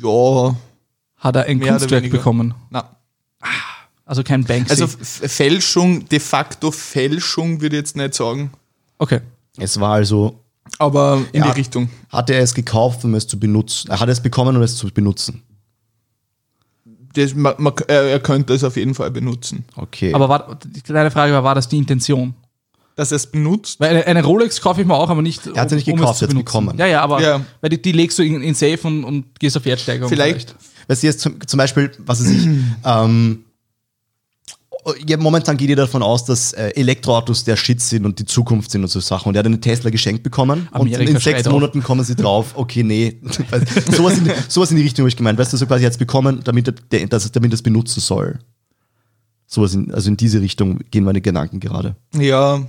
Speaker 3: ja,
Speaker 1: Hat er ein
Speaker 3: Mehr oder
Speaker 1: Kunstwerk
Speaker 3: weniger.
Speaker 1: bekommen?
Speaker 3: na.
Speaker 1: Also kein Banksy.
Speaker 3: Also F- Fälschung, de facto Fälschung würde ich jetzt nicht sagen,
Speaker 1: okay.
Speaker 2: Es war also,
Speaker 3: aber in
Speaker 2: Ja.
Speaker 3: die Richtung.
Speaker 2: hatte er es gekauft, um es zu benutzen? Er hat es bekommen, um es zu benutzen.
Speaker 3: Das, man, man, äh, er könnte es auf jeden Fall benutzen.
Speaker 2: Okay.
Speaker 1: Aber war, die kleine Frage war, war das die Intention?
Speaker 3: Dass er es benutzt,
Speaker 1: Weil eine, eine Rolex kaufe ich mir auch, aber nicht.
Speaker 2: Er hat sie nicht
Speaker 1: um es
Speaker 2: gekauft,
Speaker 1: zu
Speaker 2: er hat sie
Speaker 1: benutzen.
Speaker 2: bekommen.
Speaker 1: Ja, ja, aber
Speaker 3: Ja.
Speaker 1: Weil die, die legst du in, in Safe und, und gehst auf Wertsteigerung.
Speaker 3: vielleicht.
Speaker 2: Weißt du, jetzt zum, zum Beispiel, was weiß ich, ähm, ja, momentan geht ihr davon aus, dass äh, Elektroautos der Shit sind und die Zukunft sind und so Sachen. Und er hat einen Tesla geschenkt bekommen und
Speaker 1: Amerika
Speaker 2: in sechs
Speaker 1: schreit auf.
Speaker 2: Monaten kommen sie drauf, okay, nee. Weißt du, sowas, in, sowas in die Richtung habe ich gemeint. Weißt du, so quasi jetzt bekommen, damit er der- das, damit er es benutzen soll. Sowas in, also in diese Richtung gehen meine Gedanken gerade.
Speaker 3: ja,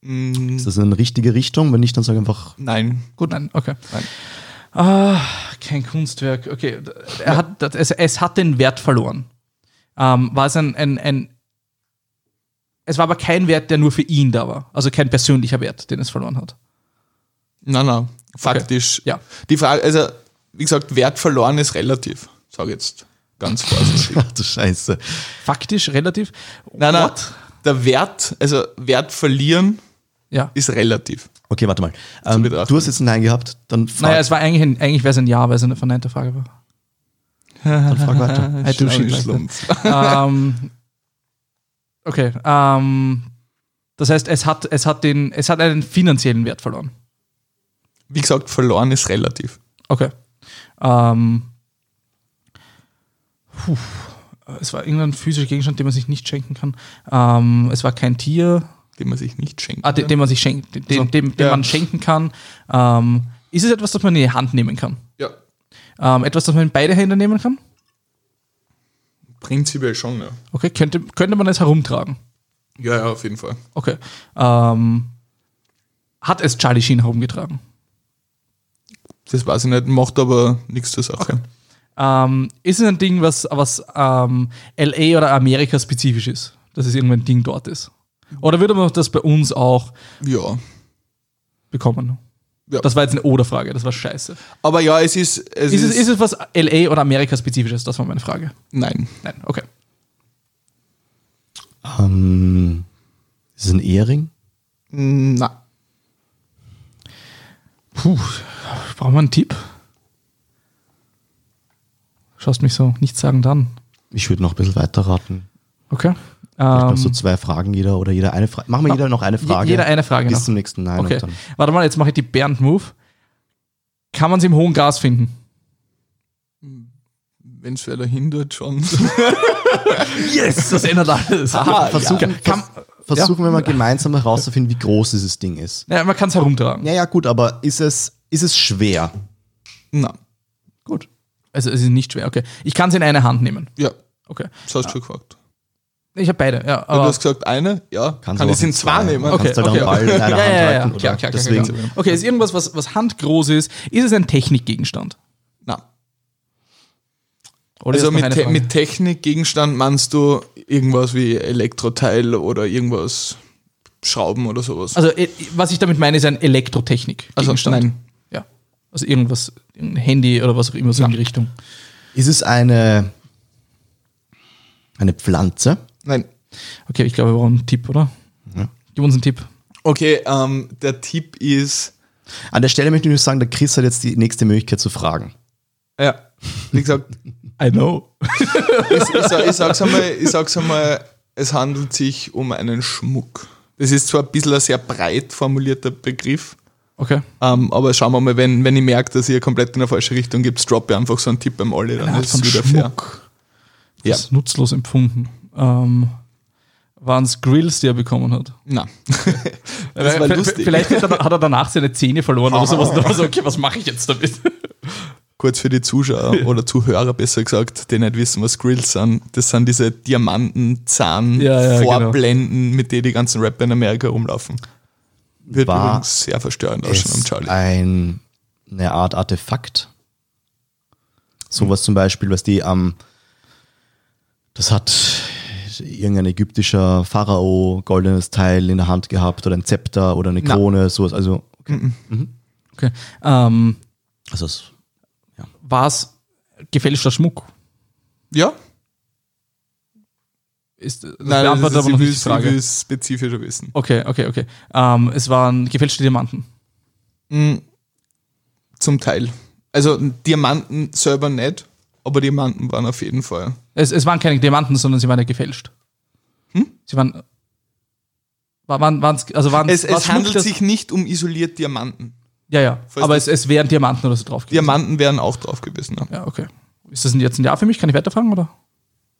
Speaker 1: Mhm.
Speaker 2: Ist das eine richtige Richtung? Wenn nicht, dann sag einfach,
Speaker 3: nein.
Speaker 1: Gut, nein, okay.
Speaker 3: Nein.
Speaker 1: Ah, kein Kunstwerk. Okay, er hat, das- es, es hat den Wert verloren. Ähm, war es ein, ein, ein. Es war aber kein Wert, der nur für ihn da war. Also kein persönlicher Wert, den es verloren hat.
Speaker 3: Nein, nein, faktisch.
Speaker 1: Ja.
Speaker 3: Die Frage, also, wie gesagt, Wert verloren ist relativ, sage ich jetzt ganz vorsichtig.
Speaker 2: ach du Scheiße.
Speaker 1: Faktisch, relativ.
Speaker 3: nein, nein,
Speaker 1: What?
Speaker 3: der Wert, also Wert verlieren
Speaker 1: Ja.
Speaker 3: ist relativ.
Speaker 2: Okay, warte mal. Ähm,
Speaker 3: betrachten.
Speaker 2: du hast jetzt ein Nein gehabt, dann frag,
Speaker 1: Naja, also es war eigentlich, ein, eigentlich wäre es ein Ja, weil es eine verneinte Frage war.
Speaker 2: dann frag weiter.
Speaker 1: I do shit like that.
Speaker 3: Schlumpf.
Speaker 1: ähm, okay. Ähm, das heißt, es hat, es, hat den, es hat einen finanziellen Wert verloren.
Speaker 3: Wie gesagt, verloren ist relativ.
Speaker 1: Okay. Ähm, puh, es war irgendein physischer Gegenstand, den man sich nicht schenken kann. Ähm, es war kein Tier,
Speaker 3: Den man sich nicht schenkt.
Speaker 1: ah, den, den man sich schenkt, den,
Speaker 3: So,
Speaker 1: dem, dem
Speaker 3: ja.
Speaker 1: man schenken kann. Ähm, ist es etwas, das man in die Hand nehmen kann?
Speaker 3: ja,
Speaker 1: Ähm, etwas, das man in beide Hände nehmen kann?
Speaker 3: prinzipiell schon, ja.
Speaker 1: Okay, könnte, könnte man es herumtragen?
Speaker 3: Ja, ja, auf jeden Fall.
Speaker 1: Okay. Ähm, hat es Charlie Sheen herumgetragen?
Speaker 3: Das weiß ich nicht, macht aber nichts zur Sache.
Speaker 1: Ähm, ist es ein Ding, was, was ähm, LA oder Amerika spezifisch ist? Dass es irgendein Ding dort ist? Oder würde man das bei uns auch
Speaker 3: Ja.
Speaker 1: bekommen?
Speaker 3: Ja.
Speaker 1: Das war jetzt eine Oder-Frage, das war scheiße.
Speaker 3: Aber ja, es ist. Es
Speaker 1: Ist es, ist es was LA oder Amerika spezifisches? Das war meine Frage.
Speaker 3: nein.
Speaker 1: Nein, okay.
Speaker 2: Ähm, ist es ein Ehering?
Speaker 3: Na.
Speaker 1: Puh, brauchen wir einen Tipp? Schaust mich so, nichts sagen dann.
Speaker 2: Ich würde noch ein bisschen weiter raten.
Speaker 1: Okay.
Speaker 2: Vielleicht noch
Speaker 1: Ähm,
Speaker 2: so zwei Fragen jeder oder jeder eine Frage. Machen wir Ah, jeder noch eine
Speaker 1: je-
Speaker 2: Frage.
Speaker 1: jeder eine Frage
Speaker 2: Bis
Speaker 1: noch.
Speaker 2: zum nächsten Nein.
Speaker 1: okay.
Speaker 2: Und dann.
Speaker 1: Warte mal, jetzt mache ich die Bernd-Move. Kann man es im hohen Gas finden?
Speaker 3: Wenn es wer dahinter schon.
Speaker 1: Yes, Ah, das ändert alles.
Speaker 2: Ah,
Speaker 3: Aha,
Speaker 2: Versuchen,
Speaker 1: Kann,
Speaker 2: vers- versuchen wir mal gemeinsam herauszufinden, wie groß dieses Ding ist.
Speaker 1: ja, man kann es herumtragen.
Speaker 2: Ja, ja, gut, aber ist es, ist es schwer?
Speaker 3: Na.
Speaker 1: Gut. Also es ist nicht schwer, okay. Ich kann es in eine Hand nehmen.
Speaker 3: Ja,
Speaker 1: Okay.
Speaker 3: das hast du schon gefragt.
Speaker 1: Ich habe beide, ja.
Speaker 3: du
Speaker 1: Aber
Speaker 3: hast gesagt, eine? Ja.
Speaker 2: Kannst
Speaker 3: kann
Speaker 2: du
Speaker 3: ich es
Speaker 2: auch
Speaker 3: in zwei nehmen?
Speaker 2: Okay. kannst halt auch einen Ball in
Speaker 1: ja,
Speaker 2: einer Hand
Speaker 1: ja, ja.
Speaker 2: halten, oder?
Speaker 1: Klar, klar, klar,
Speaker 2: Deswegen-
Speaker 1: klar. Okay, ist irgendwas, was, was handgroß ist. Ist es ein Technikgegenstand?
Speaker 3: Na.
Speaker 1: Oder
Speaker 3: Also
Speaker 1: ist noch
Speaker 3: mit,
Speaker 1: eine
Speaker 3: Te
Speaker 1: Frage?
Speaker 3: mit Technikgegenstand meinst du irgendwas wie Elektroteil oder irgendwas Schrauben oder sowas?
Speaker 1: also äh, was ich damit meine, ist ein Elektrotechnikgegenstand.
Speaker 3: Also, nein.
Speaker 1: Ja. Also irgendwas, ein Handy oder was auch immer so in die Richtung.
Speaker 2: Ist es eine, eine Pflanze?
Speaker 3: Nein.
Speaker 1: Okay, ich glaube, wir brauchen einen Tipp, oder? Gib uns einen Tipp.
Speaker 3: Okay, ähm, der Tipp ist,
Speaker 2: An der Stelle möchte ich nur sagen, der Chris hat jetzt die nächste Möglichkeit zu fragen.
Speaker 3: ja, wie gesagt,
Speaker 1: I know.
Speaker 3: ich, ich, sag- ich, sag's einmal, ich sag's einmal, es handelt sich um einen Schmuck. Das ist zwar ein bisschen ein sehr breit formulierter Begriff,
Speaker 1: Okay.
Speaker 3: ähm, aber schauen wir mal, wenn, wenn ich merke, dass ihr komplett in der falsche Richtung gibt, droppe einfach so einen Tipp beim Olli, dann
Speaker 1: Art
Speaker 3: ist
Speaker 1: von
Speaker 3: es wieder fair.
Speaker 1: Schmuck.
Speaker 3: Ja.
Speaker 1: Das ist nutzlos empfunden. Ähm, waren es Grills, die er bekommen hat?
Speaker 3: Na, das war
Speaker 1: V- v-
Speaker 3: lustig.
Speaker 1: Äh, Vielleicht hat er, hat er danach seine Zähne verloren oder sowas. Und dann war so, okay, was mache ich jetzt damit?
Speaker 3: Kurz für die Zuschauer oder Zuhörer besser gesagt, die nicht wissen, was Grills sind. Das sind diese
Speaker 1: Ja, ja, genau.
Speaker 3: Diamanten-Zahn-Vorblenden, mit denen die ganzen Rapper in Amerika rumlaufen. Wird
Speaker 2: War
Speaker 3: übrigens sehr verstörend ausschauen am
Speaker 2: ist
Speaker 3: Charlie.
Speaker 2: ein, eine Art Artefakt. Sowas zum Beispiel, was die am, das hat irgendein ägyptischer Pharao goldenes Teil in der Hand gehabt oder ein Zepter oder eine
Speaker 3: Na.
Speaker 2: Krone, sowas. Also,
Speaker 1: Okay. Ähm,
Speaker 2: also es-
Speaker 1: war es gefälschter Schmuck?
Speaker 3: Ja,
Speaker 1: Ist, das
Speaker 3: Nein, das
Speaker 1: beantwortet
Speaker 3: ist,
Speaker 1: aber
Speaker 3: sie
Speaker 1: noch
Speaker 3: will
Speaker 1: nicht die
Speaker 3: es
Speaker 1: Frage.
Speaker 3: spezifischer wissen.
Speaker 1: Okay, okay, okay. Ähm, es waren gefälschte Diamanten.
Speaker 3: Mm, Zum Teil. Also Diamanten selber nicht, aber Diamanten waren auf jeden Fall.
Speaker 1: Es, es waren keine Diamanten, sondern sie waren ja gefälscht.
Speaker 3: Hm?
Speaker 1: Sie waren. War, waren waren's, also waren,
Speaker 3: Es,
Speaker 1: war's
Speaker 3: es
Speaker 1: Schmuck,
Speaker 3: handelt
Speaker 1: das-
Speaker 3: sich nicht um isoliert Diamanten.
Speaker 1: Ja, ja.
Speaker 3: Falls
Speaker 1: Aber
Speaker 3: das-
Speaker 1: es, es wären Diamanten oder so drauf gewesen.
Speaker 3: Diamanten wären auch drauf gewesen. Ja.
Speaker 1: Ja, okay. Ist das denn jetzt ein Ja für mich? Kann ich weiterfragen, oder?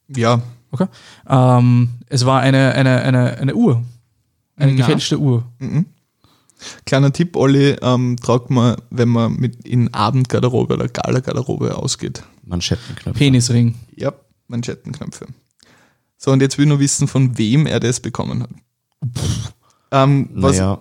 Speaker 3: ja.
Speaker 1: Okay. Ähm, es war eine, eine, eine, eine Uhr. Eine
Speaker 3: Na.
Speaker 1: gefälschte Uhr.
Speaker 3: Kleiner Tipp, Olli, ähm, tragt man, wenn man mit in Abendgarderobe oder Gala-Garderobe ausgeht.
Speaker 2: Manschettenknöpfe.
Speaker 1: Penisring.
Speaker 3: Ja, Manschettenknöpfe. So, und jetzt will ich nur wissen, von wem er das bekommen hat. Ähm, was
Speaker 2: Naja,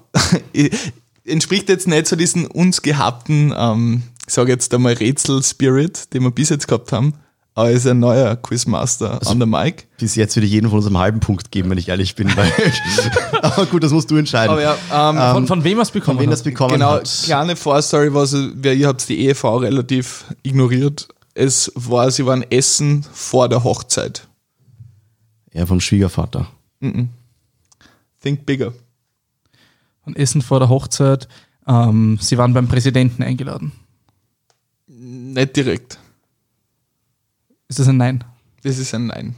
Speaker 3: entspricht jetzt nicht so diesen uns gehabten, ähm, ich sage jetzt einmal Rätsel-Spirit, den wir bis jetzt gehabt haben, aber er ist ein neuer Quizmaster an der Mic.
Speaker 2: bis jetzt würde ich jeden von uns einen halben Punkt geben, wenn ich ehrlich bin. Weil aber gut, das musst du entscheiden.
Speaker 3: Aber ja, ähm,
Speaker 1: Von, von wem hast du bekommen?
Speaker 2: Von wen das
Speaker 1: hat?
Speaker 2: bekommen
Speaker 3: Genau,
Speaker 2: hat.
Speaker 3: kleine Vorstory war so, wer- ihr habt die Ehefrau relativ ignoriert. Es war, sie waren essen vor der Hochzeit.
Speaker 2: Ja, vom Schwiegervater.
Speaker 3: Think bigger.
Speaker 1: Von Essen vor der Hochzeit. Ähm, sie waren beim Präsidenten eingeladen.
Speaker 3: Nicht direkt.
Speaker 1: Ist das ein Nein?
Speaker 3: Das ist ein Nein.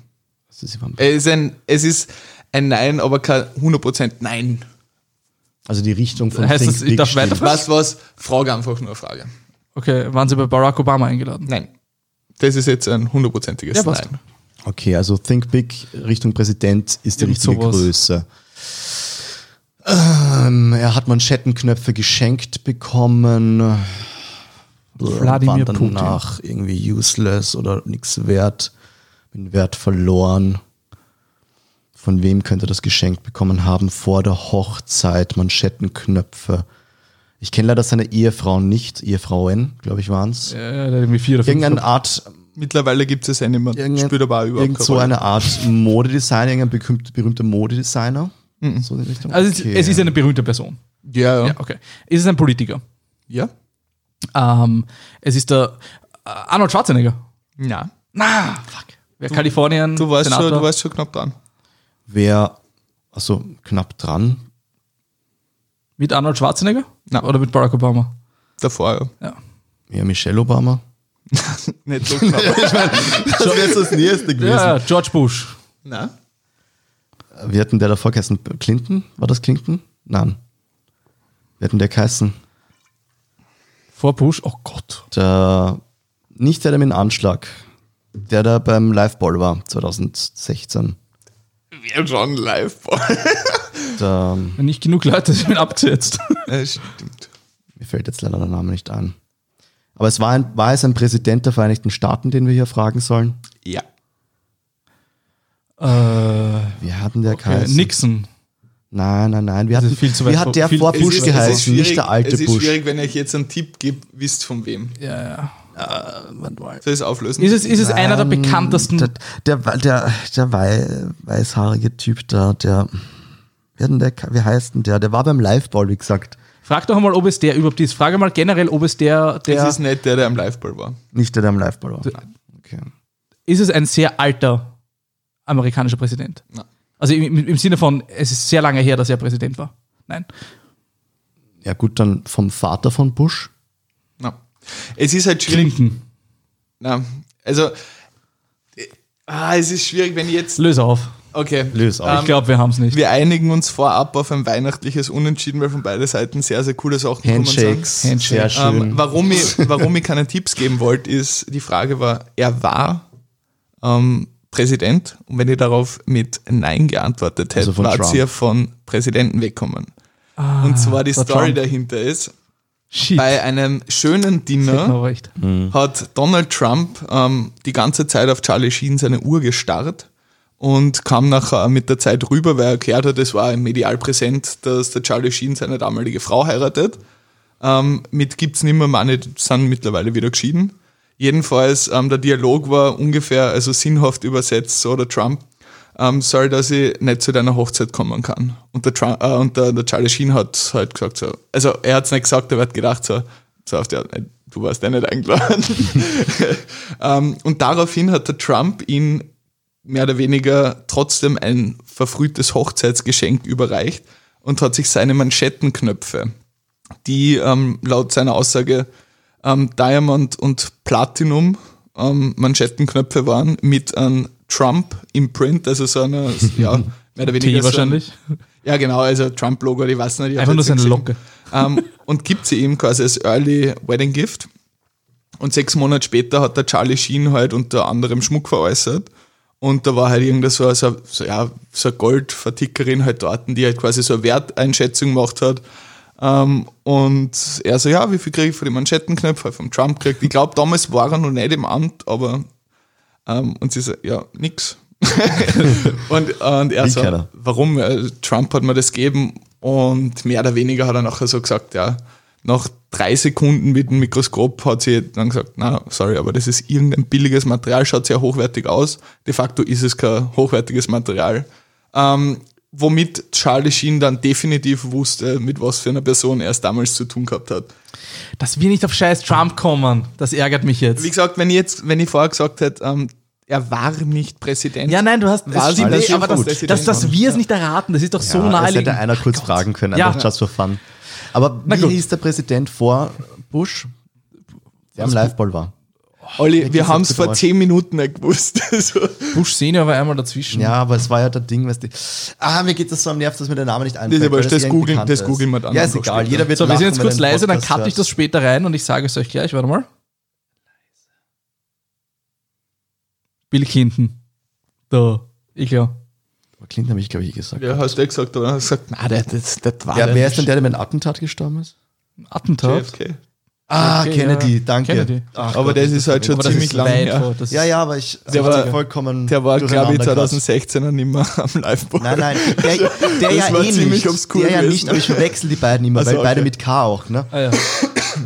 Speaker 2: Also sie waren-
Speaker 3: Es ist ein, es ist ein Nein, aber kein 100% Nein.
Speaker 2: Also die Richtung von
Speaker 1: Heißt
Speaker 2: Think
Speaker 1: das, ich
Speaker 2: Big
Speaker 1: darf
Speaker 2: stimmt.
Speaker 1: weiterfragen?
Speaker 3: Was, was? Frage einfach nur eine Frage.
Speaker 1: Okay, waren sie bei Barack Obama eingeladen?
Speaker 3: Nein. Das ist jetzt ein hundertprozentiges
Speaker 1: Ja, passt.
Speaker 3: Nein.
Speaker 2: Okay, also Think Big Richtung Präsident ist die
Speaker 1: Irgend
Speaker 2: richtige
Speaker 1: sowas.
Speaker 2: Größe. Ähm, er hat Manschettenknöpfe geschenkt bekommen.
Speaker 1: Wladimir
Speaker 2: waren
Speaker 1: Putin.
Speaker 2: danach irgendwie useless oder nichts wert. Den Wert verloren. Von wem könnte er das geschenkt bekommen haben? Vor der Hochzeit, Manschettenknöpfe. Ich kenne leider seine Ehefrau nicht. Ehefrauen, glaube ich, waren es.
Speaker 1: Äh, der hat irgendwie vier oder fünf.
Speaker 2: Irgendeine Art
Speaker 3: Mittlerweile gibt es ja nicht mehr.
Speaker 2: Irgendein-
Speaker 3: Spielt aber auch überhaupt
Speaker 2: irgend
Speaker 3: keine
Speaker 2: so
Speaker 3: Rolle.
Speaker 2: eine Art Modedesigner, irgendein berühmt, berühmter Modedesigner. So in die Richtung.
Speaker 1: Also es-
Speaker 2: Okay.
Speaker 1: es ist eine berühmte Person.
Speaker 3: Ja, ja.
Speaker 1: Ja, okay. Ist es ein Politiker?
Speaker 3: Ja?
Speaker 1: Ähm, es ist der äh, Arnold Schwarzenegger.
Speaker 3: Na.
Speaker 1: Na, fuck. Wer Kalifornien,
Speaker 3: Du warst, schon, du warst schon knapp dran.
Speaker 2: Wer, also knapp dran,
Speaker 1: mit Arnold Schwarzenegger?
Speaker 3: Na.
Speaker 1: Oder mit Barack Obama?
Speaker 3: Davor,
Speaker 1: Ja.
Speaker 2: ja, Michelle Obama.
Speaker 3: ja. Nicht so knapp.
Speaker 2: Das wäre jetzt das Nächste gewesen.
Speaker 1: ja, George Bush.
Speaker 3: Na?
Speaker 2: Wir hatten der davor geheißen Clinton? War das Clinton? Nein. Wir hatten der geheißen.
Speaker 1: Vor Bush? Oh Gott.
Speaker 2: Der, nicht der, der mit dem Anschlag. Der, der beim Liveball war, 2016.
Speaker 3: Wäre schon live.
Speaker 2: Der,
Speaker 1: Wenn nicht genug Leute sind abgesetzt.
Speaker 3: ja, stimmt.
Speaker 2: Mir fällt jetzt leider der Name nicht ein. Aber es war, ein, war es ein Präsident der Vereinigten Staaten, den wir hier fragen sollen?
Speaker 3: Ja.
Speaker 1: äh,
Speaker 2: Wir hatten der
Speaker 1: okay.
Speaker 2: geheißen.
Speaker 1: Nixon.
Speaker 2: Nein, nein, nein. Wir hatten,
Speaker 1: ist viel zu weit
Speaker 2: wie hat der
Speaker 1: vor-
Speaker 2: vor
Speaker 1: viel-
Speaker 2: Bush
Speaker 1: es ist-
Speaker 2: geheißen,
Speaker 3: schwierig-
Speaker 2: nicht der alte
Speaker 3: Es ist
Speaker 2: Bush.
Speaker 3: schwierig, wenn ich jetzt einen Tipp gebe, wisst von wem.
Speaker 1: Ja, ja. Äh,
Speaker 3: Soll ich es auflösen?
Speaker 1: Ist es, ist es einer der
Speaker 2: Ähm,
Speaker 1: bekanntesten?
Speaker 2: Der, der, der, der wei- weißhaarige Typ da, der. Wie, hat denn der, wie heißt denn der? Der war beim Liveball, wie gesagt.
Speaker 1: Frag doch mal, ob es der überhaupt ist. Frage mal generell, ob es der, der.
Speaker 3: Es ist nicht der, der am Liveball war.
Speaker 2: Nicht der, der am Liveball war. Okay.
Speaker 1: ist es ein sehr alter amerikanischer Präsident?
Speaker 3: Nein.
Speaker 1: Also im, im Sinne von, es ist sehr lange her, dass er Präsident war. Nein.
Speaker 2: Ja, gut, dann vom Vater von Bush.
Speaker 3: Na. Es ist halt schwierig.
Speaker 1: Clinton.
Speaker 3: Na. Also, äh, ah, es ist schwierig, wenn ich jetzt.
Speaker 1: Löse auf.
Speaker 3: Okay. Ähm,
Speaker 2: Lös auf.
Speaker 1: Ich glaube, wir haben es nicht.
Speaker 3: Wir einigen uns vorab auf ein weihnachtliches Unentschieden, weil von beiden Seiten sehr, sehr coole Sachen gekommen sind.
Speaker 2: Handshakes.
Speaker 1: Handshake.
Speaker 2: Sehr schön.
Speaker 3: Ähm, warum, ich, warum ich keine Tipps geben wollte, ist, die Frage war, er war ähm, Präsident und wenn ich darauf mit Nein geantwortet hätte,
Speaker 2: Also von
Speaker 3: war
Speaker 2: Trump.
Speaker 3: sie ja von Präsidenten wegkommen. und zwar die
Speaker 1: war
Speaker 3: Story
Speaker 1: Trump.
Speaker 3: dahinter ist,
Speaker 1: Shit.
Speaker 3: bei einem schönen
Speaker 1: Hätten wir
Speaker 3: Dinner
Speaker 1: aber recht.
Speaker 3: hat Donald Trump ähm, die ganze Zeit auf Charlie Sheen seine Uhr gestarrt und kam nachher mit der Zeit rüber, weil er erklärt hat, es war im Medial präsent, dass der Charlie Sheen seine damalige Frau heiratet. Ähm, mit gibt's nimmer Money, sind mittlerweile wieder geschieden. Jedenfalls, ähm, der Dialog war ungefähr, also sinnhaft übersetzt, so der Trump, ähm, soll, dass ich nicht zu deiner Hochzeit kommen kann. Und der, Trump, äh, und der, der Charlie Sheen hat halt gesagt so, also er hat's nicht gesagt, er hat gedacht so, so auf der, äh, du warst ja nicht eingeladen. ähm, und daraufhin hat der Trump ihn mehr oder weniger trotzdem ein verfrühtes Hochzeitsgeschenk überreicht und hat sich seine Manschettenknöpfe, die ähm, laut seiner Aussage ähm, Diamond und Platinum ähm, Manschettenknöpfe waren, mit einem Trump-Imprint, also so einer, ja, mehr oder weniger.
Speaker 1: Tee
Speaker 3: so ein-
Speaker 1: wahrscheinlich.
Speaker 3: ja, genau, also Trump-Logo, die weiß nicht. ich hab
Speaker 1: Einfach nur
Speaker 3: jetzt nicht
Speaker 1: seine
Speaker 3: gesehen.
Speaker 1: Locke.
Speaker 3: Ähm, und gibt sie ihm quasi als Early Wedding Gift. Und sechs Monate später hat der Charlie Sheen halt unter anderem Schmuck veräußert. Und da war halt irgendeine so, so, so, ja, so eine Goldvertickerin halt dort, die halt quasi so eine Werteinschätzung gemacht hat. Ähm, und er so, ja, wie viel kriege ich für die Manschettenknöpfe? Vom Trump gekriegt. Ich glaube, damals war er noch nicht im Amt, aber. Ähm, und sie so, ja, nix. und, und er
Speaker 2: Wie
Speaker 3: so,
Speaker 2: keiner.
Speaker 3: warum? Äh, Trump hat mir das gegeben. Und mehr oder weniger hat er nachher so gesagt, ja, nach drei Sekunden mit dem Mikroskop hat sie dann gesagt, na, sorry, aber das ist irgendein billiges Material, schaut sehr hochwertig aus. De facto ist es kein hochwertiges Material. Ähm, womit Charlie Sheen dann definitiv wusste, mit was für einer Person er es damals zu tun gehabt hat.
Speaker 1: Dass wir nicht auf scheiß Trump kommen, das ärgert mich jetzt.
Speaker 3: Wie gesagt, wenn ich jetzt, wenn ich vorher gesagt hätte, ähm, er war nicht Präsident.
Speaker 1: Ja, nein, du hast.
Speaker 3: War
Speaker 1: stimmt,
Speaker 3: sie
Speaker 1: eh,
Speaker 3: nicht
Speaker 1: aber
Speaker 3: schon
Speaker 1: das,
Speaker 3: gut?
Speaker 1: dass, dass wir es nicht erraten, das ist doch so
Speaker 2: Ja, es
Speaker 1: naheliegend. Oh
Speaker 2: hätte einer kurz fragen können,
Speaker 1: Ja.
Speaker 2: einfach just for fun. Aber wie
Speaker 1: gut.
Speaker 2: hieß der Präsident vor Bush? Der am Liveball war.
Speaker 3: Olli, wir
Speaker 2: geht's
Speaker 3: haben es
Speaker 2: jetzt
Speaker 3: vor
Speaker 2: gut
Speaker 3: zehn Minuten nicht gewusst. Also,
Speaker 1: Bush Senior war einmal dazwischen.
Speaker 2: Ja, aber es war ja das Ding, weißt du. Ah, mir geht das so am Nerv, dass mir der Name nicht einfällt.
Speaker 3: Das ist aber-
Speaker 2: weil
Speaker 3: das
Speaker 2: irgendwie
Speaker 3: googeln-
Speaker 2: bekannt
Speaker 3: das googeln wir dann
Speaker 2: Ja, ist
Speaker 3: einfach
Speaker 2: egal.
Speaker 3: später.
Speaker 2: Jeder wird
Speaker 1: So, wir
Speaker 2: lachen,
Speaker 1: sind jetzt
Speaker 2: wenn er
Speaker 1: kurz
Speaker 2: den
Speaker 1: leise, dann
Speaker 2: Podcast
Speaker 1: cutte ich
Speaker 2: hört.
Speaker 1: das später rein und ich sage es euch gleich. Warte mal. Bill Clinton. Da. Ich ja.
Speaker 2: Aber Clinton habe ich, glaube ich, eh gesagt.
Speaker 3: ja, hast du eh gesagt, oder? Hast du gesagt, na, das, das, das war
Speaker 2: Ja,
Speaker 3: der
Speaker 2: wer ist denn der, der mit einem Attentat gestorben ist?
Speaker 1: Attentat.
Speaker 3: JFK.
Speaker 2: Ah,
Speaker 1: Okay,
Speaker 2: Kennedy,
Speaker 1: ja.
Speaker 2: danke.
Speaker 1: Kennedy.
Speaker 2: Ach
Speaker 3: Aber
Speaker 2: Gott,
Speaker 3: das ist halt schon
Speaker 1: Aber das
Speaker 3: ziemlich
Speaker 1: ist
Speaker 3: lang
Speaker 1: weit
Speaker 3: her.
Speaker 1: vor, das-
Speaker 2: Ja, ja, aber ich.
Speaker 3: Der
Speaker 2: ich hab's
Speaker 3: war-
Speaker 2: vollkommen.
Speaker 3: Der war, glaube ich,
Speaker 2: durcheinander gehabt.
Speaker 3: 2016 er nicht mehr am Liveboard.
Speaker 2: Nein, nein, der, der
Speaker 3: Das
Speaker 2: ja
Speaker 3: war
Speaker 2: eh
Speaker 3: ziemlich
Speaker 2: nicht.
Speaker 3: obskur
Speaker 2: der ja
Speaker 3: gewesen.
Speaker 2: nicht, aber ich verwechsel die beiden immer,
Speaker 3: Also,
Speaker 2: weil beide
Speaker 3: okay.
Speaker 2: mit K auch, ne?
Speaker 1: Ah, ja.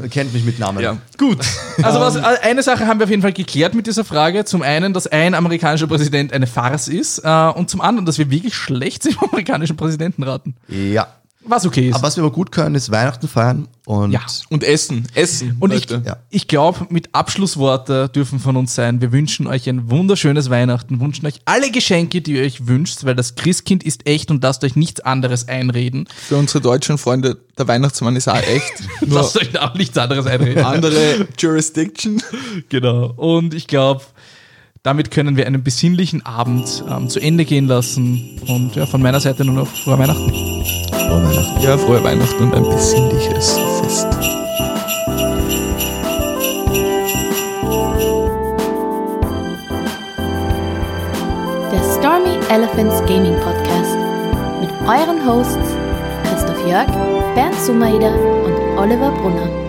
Speaker 2: Kennt mich mit Namen.
Speaker 3: Ja, gut.
Speaker 1: Also was, eine Sache haben wir auf jeden Fall geklärt mit dieser Frage. Zum einen, dass ein amerikanischer Präsident eine Farce ist äh, und zum anderen, dass wir wirklich schlecht sind im amerikanischen Präsidenten raten.
Speaker 2: Ja.
Speaker 1: Was okay ist.
Speaker 2: Aber was wir aber gut können, ist Weihnachten feiern und
Speaker 1: ja.
Speaker 3: Und Essen, Essen.
Speaker 1: Und ich,
Speaker 3: Leute.
Speaker 2: Ja.
Speaker 1: ich glaube, mit Abschlussworte dürfen von uns sein. Wir wünschen euch ein wunderschönes Weihnachten, wünschen euch alle Geschenke, die ihr euch wünscht, weil das Christkind ist echt und lasst euch nichts anderes einreden.
Speaker 3: Für unsere deutschen Freunde, der Weihnachtsmann ist auch echt. Nur
Speaker 1: Lasst euch da auch nichts anderes einreden.
Speaker 3: andere Jurisdiction.
Speaker 1: genau. Und ich glaube, damit können wir einen besinnlichen Abend ähm, zu Ende gehen lassen. Und ja, von meiner Seite nur noch frohe Weihnachten.
Speaker 2: Frohe Weihnachten.
Speaker 3: Ja, frohe Weihnachten und ein besinnliches Fest.
Speaker 4: Der Stormy Elephants Gaming Podcast mit euren Hosts Christoph Jörg, Bernd Sumaida und Oliver Brunner.